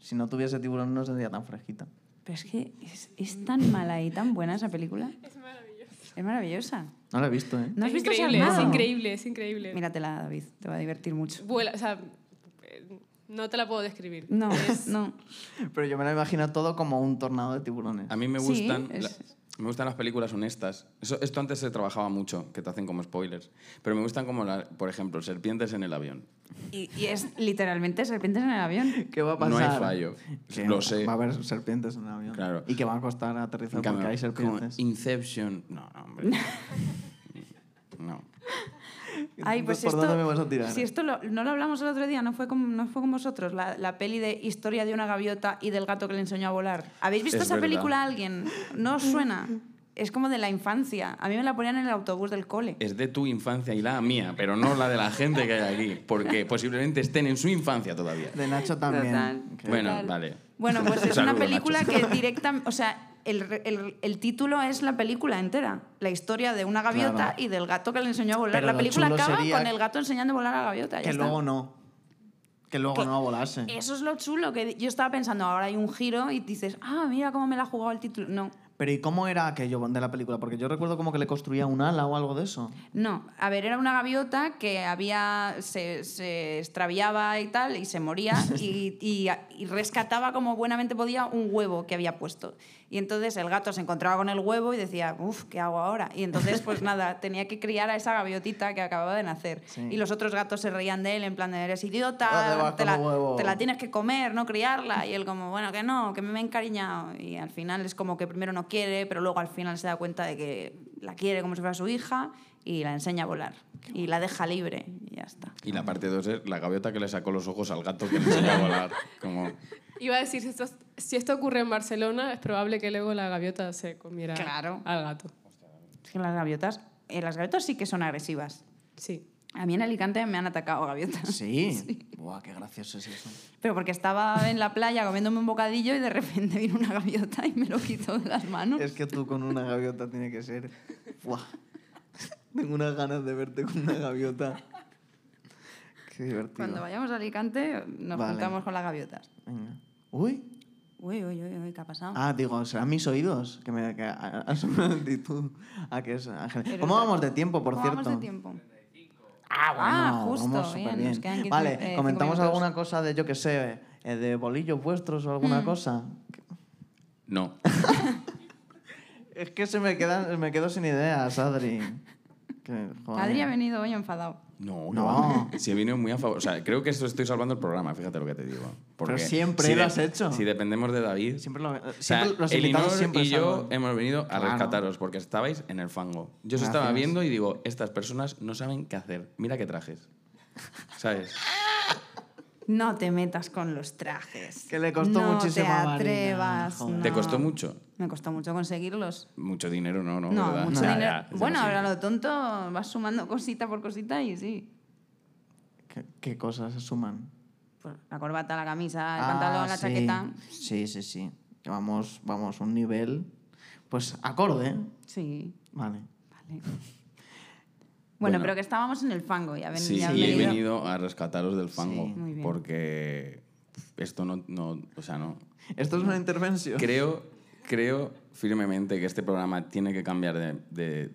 Speaker 1: Si no tuviese tiburón no sería tan fresquita.
Speaker 2: Pero es que es, es tan mala y tan buena esa película. Es maravillosa. Es maravillosa.
Speaker 1: No lo he visto, ¿eh?
Speaker 2: ¿No has
Speaker 3: es
Speaker 2: visto
Speaker 3: increíble, es
Speaker 2: Sarnado?
Speaker 3: increíble, es increíble.
Speaker 2: Míratela, David, te va a divertir mucho.
Speaker 3: Vuela, o sea, eh, no te la puedo describir.
Speaker 2: No, no.
Speaker 1: Pero yo me lo imagino todo como un tornado de tiburones.
Speaker 4: A mí me
Speaker 2: Sí,
Speaker 4: gustan,
Speaker 2: es-
Speaker 4: la- me gustan las películas honestas. Eso, esto antes se trabajaba mucho, que te hacen como spoilers. Pero me gustan como, la- por ejemplo, serpientes en el avión.
Speaker 2: Y, y es literalmente serpientes en el avión.
Speaker 1: ¿Qué va a pasar?
Speaker 4: No hay fallo.
Speaker 1: Que
Speaker 4: Lo sé.
Speaker 1: Va a haber serpientes en el avión.
Speaker 4: Claro.
Speaker 1: Y que va a costar aterrizar
Speaker 4: En cambio,
Speaker 1: porque hay
Speaker 4: como
Speaker 1: serpientes.
Speaker 4: Inception. No, no,
Speaker 2: *laughs*
Speaker 4: hombre. no.
Speaker 2: Ay, pues
Speaker 1: ¿Por
Speaker 2: esto,
Speaker 1: dónde me vas a tirar?
Speaker 2: Si esto lo- no lo hablamos el otro día, no fue con, no fue con vosotros, la, la peli de Historia de una gaviota y del gato que le enseñó a volar. ¿Habéis visto
Speaker 4: Es
Speaker 2: esa
Speaker 4: verdad.
Speaker 2: película alguien? ¿No os suena? Es como de la infancia. A mí me la ponían en el autobús del cole.
Speaker 4: Es de tu infancia y la mía, pero no la de la gente que hay aquí, porque posiblemente estén en su infancia todavía.
Speaker 1: De Nacho también.
Speaker 2: Total.
Speaker 1: Que-
Speaker 4: Bueno,
Speaker 2: Total.
Speaker 4: vale.
Speaker 2: Bueno, pues
Speaker 4: *laughs* Un
Speaker 2: es
Speaker 4: saludo,
Speaker 2: una película
Speaker 4: Nacho.
Speaker 2: que
Speaker 4: *laughs*
Speaker 2: directa, o sea, el, re- el- el título es la película entera, la historia de una gaviota
Speaker 1: Claro.
Speaker 2: y del gato que le enseñó a volar.
Speaker 1: Pero
Speaker 2: la
Speaker 1: lo
Speaker 2: película
Speaker 1: chulo
Speaker 2: acaba
Speaker 1: sería
Speaker 2: con el gato enseñando a volar a la gaviota. ya
Speaker 1: Que
Speaker 2: está.
Speaker 1: luego no. Que luego
Speaker 2: Que-
Speaker 1: no volase.
Speaker 2: Eso es lo chulo, que yo estaba pensando, ahora hay un giro y dices, ah, mira cómo me la ha jugado el título. No,
Speaker 1: Pero ¿y cómo era aquello de la película? Porque yo recuerdo como que le construía un ala o algo
Speaker 2: *laughs*
Speaker 1: de eso.
Speaker 2: no. A ver, era una gaviota que había, se, se extraviaba y tal, y se moría, y, y- y rescataba como buenamente podía un huevo que había puesto. Y entonces el gato se encontraba con el huevo y decía, uff, ¿qué hago ahora? Y entonces, pues nada, tenía que criar a esa gaviotita que acababa de nacer.
Speaker 1: Sí.
Speaker 2: Y los otros gatos se reían de él, en plan, de, eres
Speaker 1: No te
Speaker 2: idiota,
Speaker 1: vas
Speaker 2: Ah, te
Speaker 1: con un
Speaker 2: la,
Speaker 1: huevo".
Speaker 2: te la tienes que comer, no criarla. Y él como, bueno, que no, que me he encariñado. Y al final es como que primero no quiere, pero luego al final se da cuenta de que la quiere como si fuera su hija y la enseña a volar. Y la deja libre y ya está.
Speaker 4: Y la parte 2 es la gaviota que le sacó los ojos al gato que le
Speaker 2: *laughs*
Speaker 4: enseñó a volar. Como,
Speaker 3: Iba a decir, si esto, si esto ocurre en Barcelona, es probable que luego la gaviota se comiera
Speaker 2: Claro.
Speaker 3: al gato.
Speaker 2: Es que las gaviotas, eh, las gaviotas sí que son agresivas.
Speaker 3: Sí.
Speaker 2: A mí en Alicante me han atacado gaviotas.
Speaker 1: Sí. Buah, qué gracioso es eso.
Speaker 2: *laughs* Pero porque estaba en la playa comiéndome un bocadillo y de repente vino una gaviota y me lo quitó de las manos.
Speaker 1: Es que tú con una gaviota tiene que ser. Buah. *laughs* Tengo unas ganas de verte con una gaviota. Qué divertido.
Speaker 2: Cuando vayamos a Alicante nos
Speaker 1: Vale.
Speaker 2: juntamos con las gaviotas.
Speaker 1: Venga. Uy.
Speaker 2: Uy, uy, uy, uy, ¿qué ha pasado?
Speaker 1: Ah, digo, serán mis oídos. Que me. Que, a, a su *laughs* actitud. A que es Ángel.
Speaker 2: Pero-
Speaker 1: ¿Cómo vamos de tiempo, por
Speaker 2: ¿Cómo
Speaker 1: cierto?
Speaker 2: Vamos de tiempo.
Speaker 1: Ah, bueno,
Speaker 2: Ah, justo,
Speaker 1: vamos
Speaker 2: bien,
Speaker 1: superbién.
Speaker 2: nos quedan 15,
Speaker 1: Vale,
Speaker 2: eh, cinco
Speaker 1: comentamos
Speaker 2: minutos. Mm.
Speaker 1: alguna cosa de, yo que sé, eh, de bolillos vuestros o alguna cosa.
Speaker 4: no.
Speaker 2: *laughs*
Speaker 1: Es que se me, quedan, me quedo sin ideas, Adri. Que, joder.
Speaker 2: Adri ha venido hoy enfadado.
Speaker 4: No,
Speaker 1: No.
Speaker 4: no. Si he venido muy a favor. O sea, creo que esto estoy salvando el programa, fíjate lo que te digo.
Speaker 1: siempre lo
Speaker 4: de-
Speaker 1: has hecho.
Speaker 4: Si dependemos de David.
Speaker 1: Siempre, lo-
Speaker 4: o sea,
Speaker 1: siempre los
Speaker 4: el
Speaker 1: invitados
Speaker 4: Inor
Speaker 1: siempre
Speaker 4: y yo
Speaker 1: salvan.
Speaker 4: hemos venido a
Speaker 1: Claro.
Speaker 4: rescataros porque estabais en el fango. Yo os
Speaker 1: Gracias.
Speaker 4: estaba viendo y digo, estas personas no saben qué hacer. Mira qué trajes.
Speaker 2: *laughs*
Speaker 4: ¿Sabes?
Speaker 2: No te metas con los trajes.
Speaker 1: Que le costó
Speaker 2: no
Speaker 1: muchísimo
Speaker 2: te
Speaker 1: a Marina,
Speaker 2: atrevas.
Speaker 1: joder.
Speaker 2: no.
Speaker 4: ¿Te costó mucho?
Speaker 2: Me costó mucho conseguirlos.
Speaker 4: Mucho dinero, no, no.
Speaker 2: No,
Speaker 4: ¿verdad?
Speaker 2: mucho
Speaker 4: Ya,
Speaker 2: dinero.
Speaker 4: ya, ya
Speaker 2: bueno,
Speaker 4: no sé.
Speaker 2: ahora lo tonto vas sumando cosita por cosita y sí.
Speaker 1: ¿Qué, qué cosas se suman?
Speaker 2: Pues la corbata, la camisa, el
Speaker 1: Ah,
Speaker 2: pantalón, la
Speaker 1: sí.
Speaker 2: chaqueta.
Speaker 1: Sí, sí, sí. Vamos, vamos, un nivel. Pues acorde.
Speaker 2: Sí,
Speaker 1: Vale. *laughs*
Speaker 2: vale. Bueno,
Speaker 4: Bueno.
Speaker 2: pero que estábamos en el fango ya, ven,
Speaker 4: Sí,
Speaker 2: ya han
Speaker 4: y he
Speaker 2: venido.
Speaker 4: venido a rescataros del fango
Speaker 2: Muy bien.
Speaker 4: porque esto no, no, o sea, no.
Speaker 1: Esto es una intervención.
Speaker 4: Creo, creo firmemente que este programa tiene que cambiar de, de-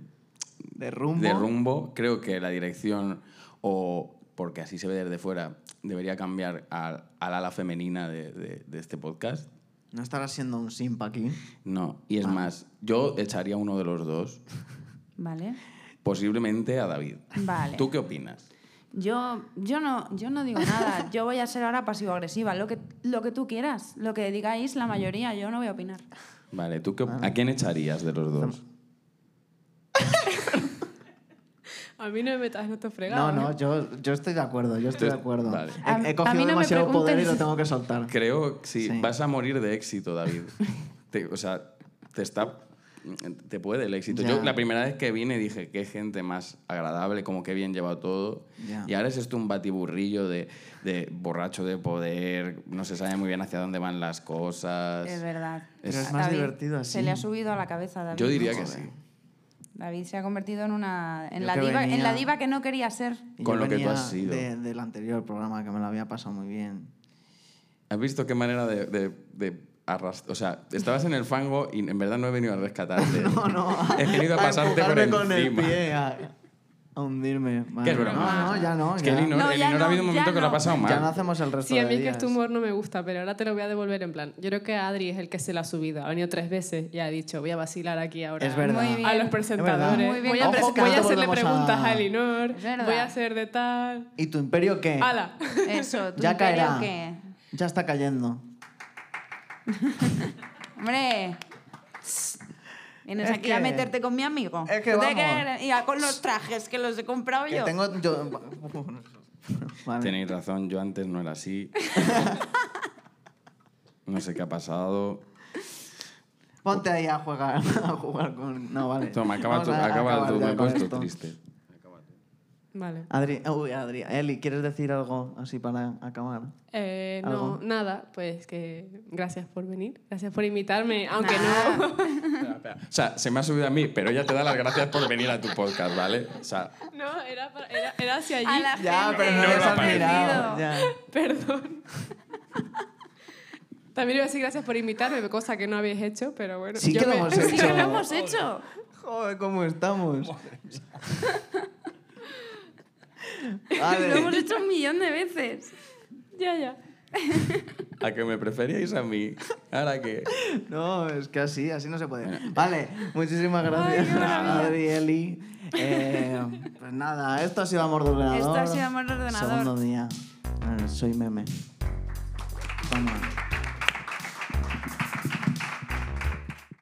Speaker 1: De rumbo.
Speaker 4: de rumbo. Creo que la dirección, o porque así se ve desde fuera, debería cambiar al, al ala femenina de, de- de este podcast.
Speaker 1: No estará siendo un simp aquí.
Speaker 4: No, y es más, yo echaría uno de los dos,
Speaker 2: Vale.
Speaker 4: posiblemente a David.
Speaker 2: Vale.
Speaker 4: ¿Tú qué opinas?
Speaker 2: Yo, yo, no, yo no digo *laughs* nada. Yo voy a ser ahora pasivo-agresiva. Lo que, lo que tú quieras, lo que digáis la mayoría, yo no voy a opinar.
Speaker 4: Vale, ¿tú qué op- ¿a quién echarías de los dos?
Speaker 3: A mí no me metas en estos
Speaker 1: No,
Speaker 3: fregados.
Speaker 1: no, yo, yo estoy de acuerdo, yo estoy de acuerdo.
Speaker 4: Vale.
Speaker 2: ¿eh? A-
Speaker 1: He, he
Speaker 2: a
Speaker 1: cogido
Speaker 2: mí no me
Speaker 1: demasiado poder y
Speaker 2: preguntes.
Speaker 1: lo tengo que soltar.
Speaker 4: Creo que sí,
Speaker 1: Sí.
Speaker 4: vas a morir de éxito, David. *laughs* Te- o sea, te está. Te puede el éxito.
Speaker 1: Ya.
Speaker 4: Yo la primera vez que vine dije, qué gente más agradable, como que bien lleva todo.
Speaker 1: Ya.
Speaker 4: Y ahora es esto un batiburrillo de, de borracho de poder, no se sabe muy bien hacia dónde van las cosas.
Speaker 2: Es verdad.
Speaker 1: Pero es
Speaker 2: A
Speaker 1: más divertido así.
Speaker 2: Se le ha subido a la cabeza a David.
Speaker 4: Yo diría que
Speaker 1: Joder.
Speaker 4: sí.
Speaker 2: David se ha convertido en una en
Speaker 1: Yo
Speaker 2: la
Speaker 1: que
Speaker 2: diva, en
Speaker 1: venía-
Speaker 2: la diva que no quería ser.
Speaker 1: Y
Speaker 4: Con
Speaker 1: yo
Speaker 4: lo que tú
Speaker 1: venía
Speaker 4: has sido.
Speaker 1: de- del anterior programa que me lo había pasado muy bien.
Speaker 4: ¿Has visto qué manera de, de, arrastrar? O sea, estabas en el fango y en verdad no he venido a rescatarte.
Speaker 1: *laughs* No, no.
Speaker 4: He venido a pasarte por
Speaker 1: empujarme
Speaker 4: encima.
Speaker 1: con el pie, a, a hundirme. Madre.
Speaker 4: es broma.
Speaker 1: No, no, ya no.
Speaker 4: Es
Speaker 1: ya.
Speaker 4: que Elinor,
Speaker 2: No, ya
Speaker 4: Elinor ha habido un
Speaker 2: no,
Speaker 4: momento
Speaker 2: ya
Speaker 4: que lo ha
Speaker 2: no.
Speaker 4: pasado mal.
Speaker 1: Ya no hacemos el resto
Speaker 3: Sí, a
Speaker 1: de
Speaker 3: mí es que
Speaker 1: días.
Speaker 3: este humor no me gusta, pero ahora te lo voy a devolver en plan. Yo creo que Adri es el que se la ha subido. Ha venido tres veces y ha dicho, voy a vacilar aquí ahora.
Speaker 1: Es verdad.
Speaker 2: Muy bien.
Speaker 3: A los
Speaker 1: Es verdad.
Speaker 3: presentadores.
Speaker 2: Muy bien.
Speaker 3: Voy a,
Speaker 2: Ojo,
Speaker 3: pres-
Speaker 2: que
Speaker 3: voy
Speaker 2: no
Speaker 3: a
Speaker 1: te
Speaker 3: hacerle
Speaker 1: volvemos a-
Speaker 3: preguntas a, Elinor.
Speaker 2: Es verdad.
Speaker 3: Voy a hacer de tal.
Speaker 1: ¿Y tu imperio qué?
Speaker 3: ¡Hala!
Speaker 1: *laughs*
Speaker 2: Eso, tú
Speaker 1: Ya
Speaker 2: no creo
Speaker 1: caerá.
Speaker 2: que-
Speaker 1: Ya está cayendo.
Speaker 2: Hombre. tss, Vienes
Speaker 1: Es
Speaker 2: aquí a
Speaker 1: que-
Speaker 2: meterte con mi amigo.
Speaker 1: es que
Speaker 2: Tú te
Speaker 1: vamos.
Speaker 2: crees- Y a- con los trajes que los he comprado
Speaker 1: Que
Speaker 2: yo.
Speaker 1: tengo yo... *laughs* Vale.
Speaker 4: Tenéis razón, yo antes no
Speaker 2: *laughs*
Speaker 4: era así. No sé qué ha pasado.
Speaker 1: Ponte ahí a jugar, *laughs* a jugar con... No, vale.
Speaker 4: Toma, acaba
Speaker 1: Vamos
Speaker 4: tú,
Speaker 1: a
Speaker 4: acaba
Speaker 1: acabar
Speaker 4: tú,
Speaker 1: ya
Speaker 4: me he
Speaker 1: con
Speaker 4: puesto
Speaker 1: esto.
Speaker 4: triste.
Speaker 3: *laughs* Vale.
Speaker 1: Adri, uy, Adri, Eli, ¿quieres decir algo así para acabar?
Speaker 3: Eh,
Speaker 1: ¿Algo?
Speaker 3: no, nada, pues que gracias por venir, gracias por invitarme, aunque
Speaker 4: O sea, se me ha subido a mí, pero ella te da las gracias por venir a tu podcast, ¿vale? O sea,
Speaker 3: no. *laughs* No, era, para- era, era hacia allí.
Speaker 2: A la
Speaker 1: Ya,
Speaker 2: gente.
Speaker 1: pero no,
Speaker 4: No,
Speaker 1: les
Speaker 4: no,
Speaker 1: has
Speaker 4: para.
Speaker 1: mirado. Ya.
Speaker 3: *laughs* Perdón. También iba a decir gracias por invitarme, cosa que no habéis hecho, pero bueno.
Speaker 1: Sí
Speaker 3: yo
Speaker 1: que lo
Speaker 3: me- *laughs*
Speaker 1: hemos
Speaker 2: Sí que
Speaker 1: hecho.
Speaker 2: lo hemos hecho.
Speaker 1: Joder, ¿cómo estamos?
Speaker 2: *laughs* Lo hemos
Speaker 1: *laughs* Vale.
Speaker 2: hecho un millón de veces.
Speaker 3: Ya, ya.
Speaker 4: a que me preferíais a mí. Ahora que.
Speaker 1: No, es que así, así no se puede. Vale, muchísimas gracias, Adri, Eli. Eh, pues nada, esto ha sido Amor de Ordenador.
Speaker 2: Esto ha sido Amor de Ordenador.
Speaker 1: Segundo día. Eh, Soy meme. Toma.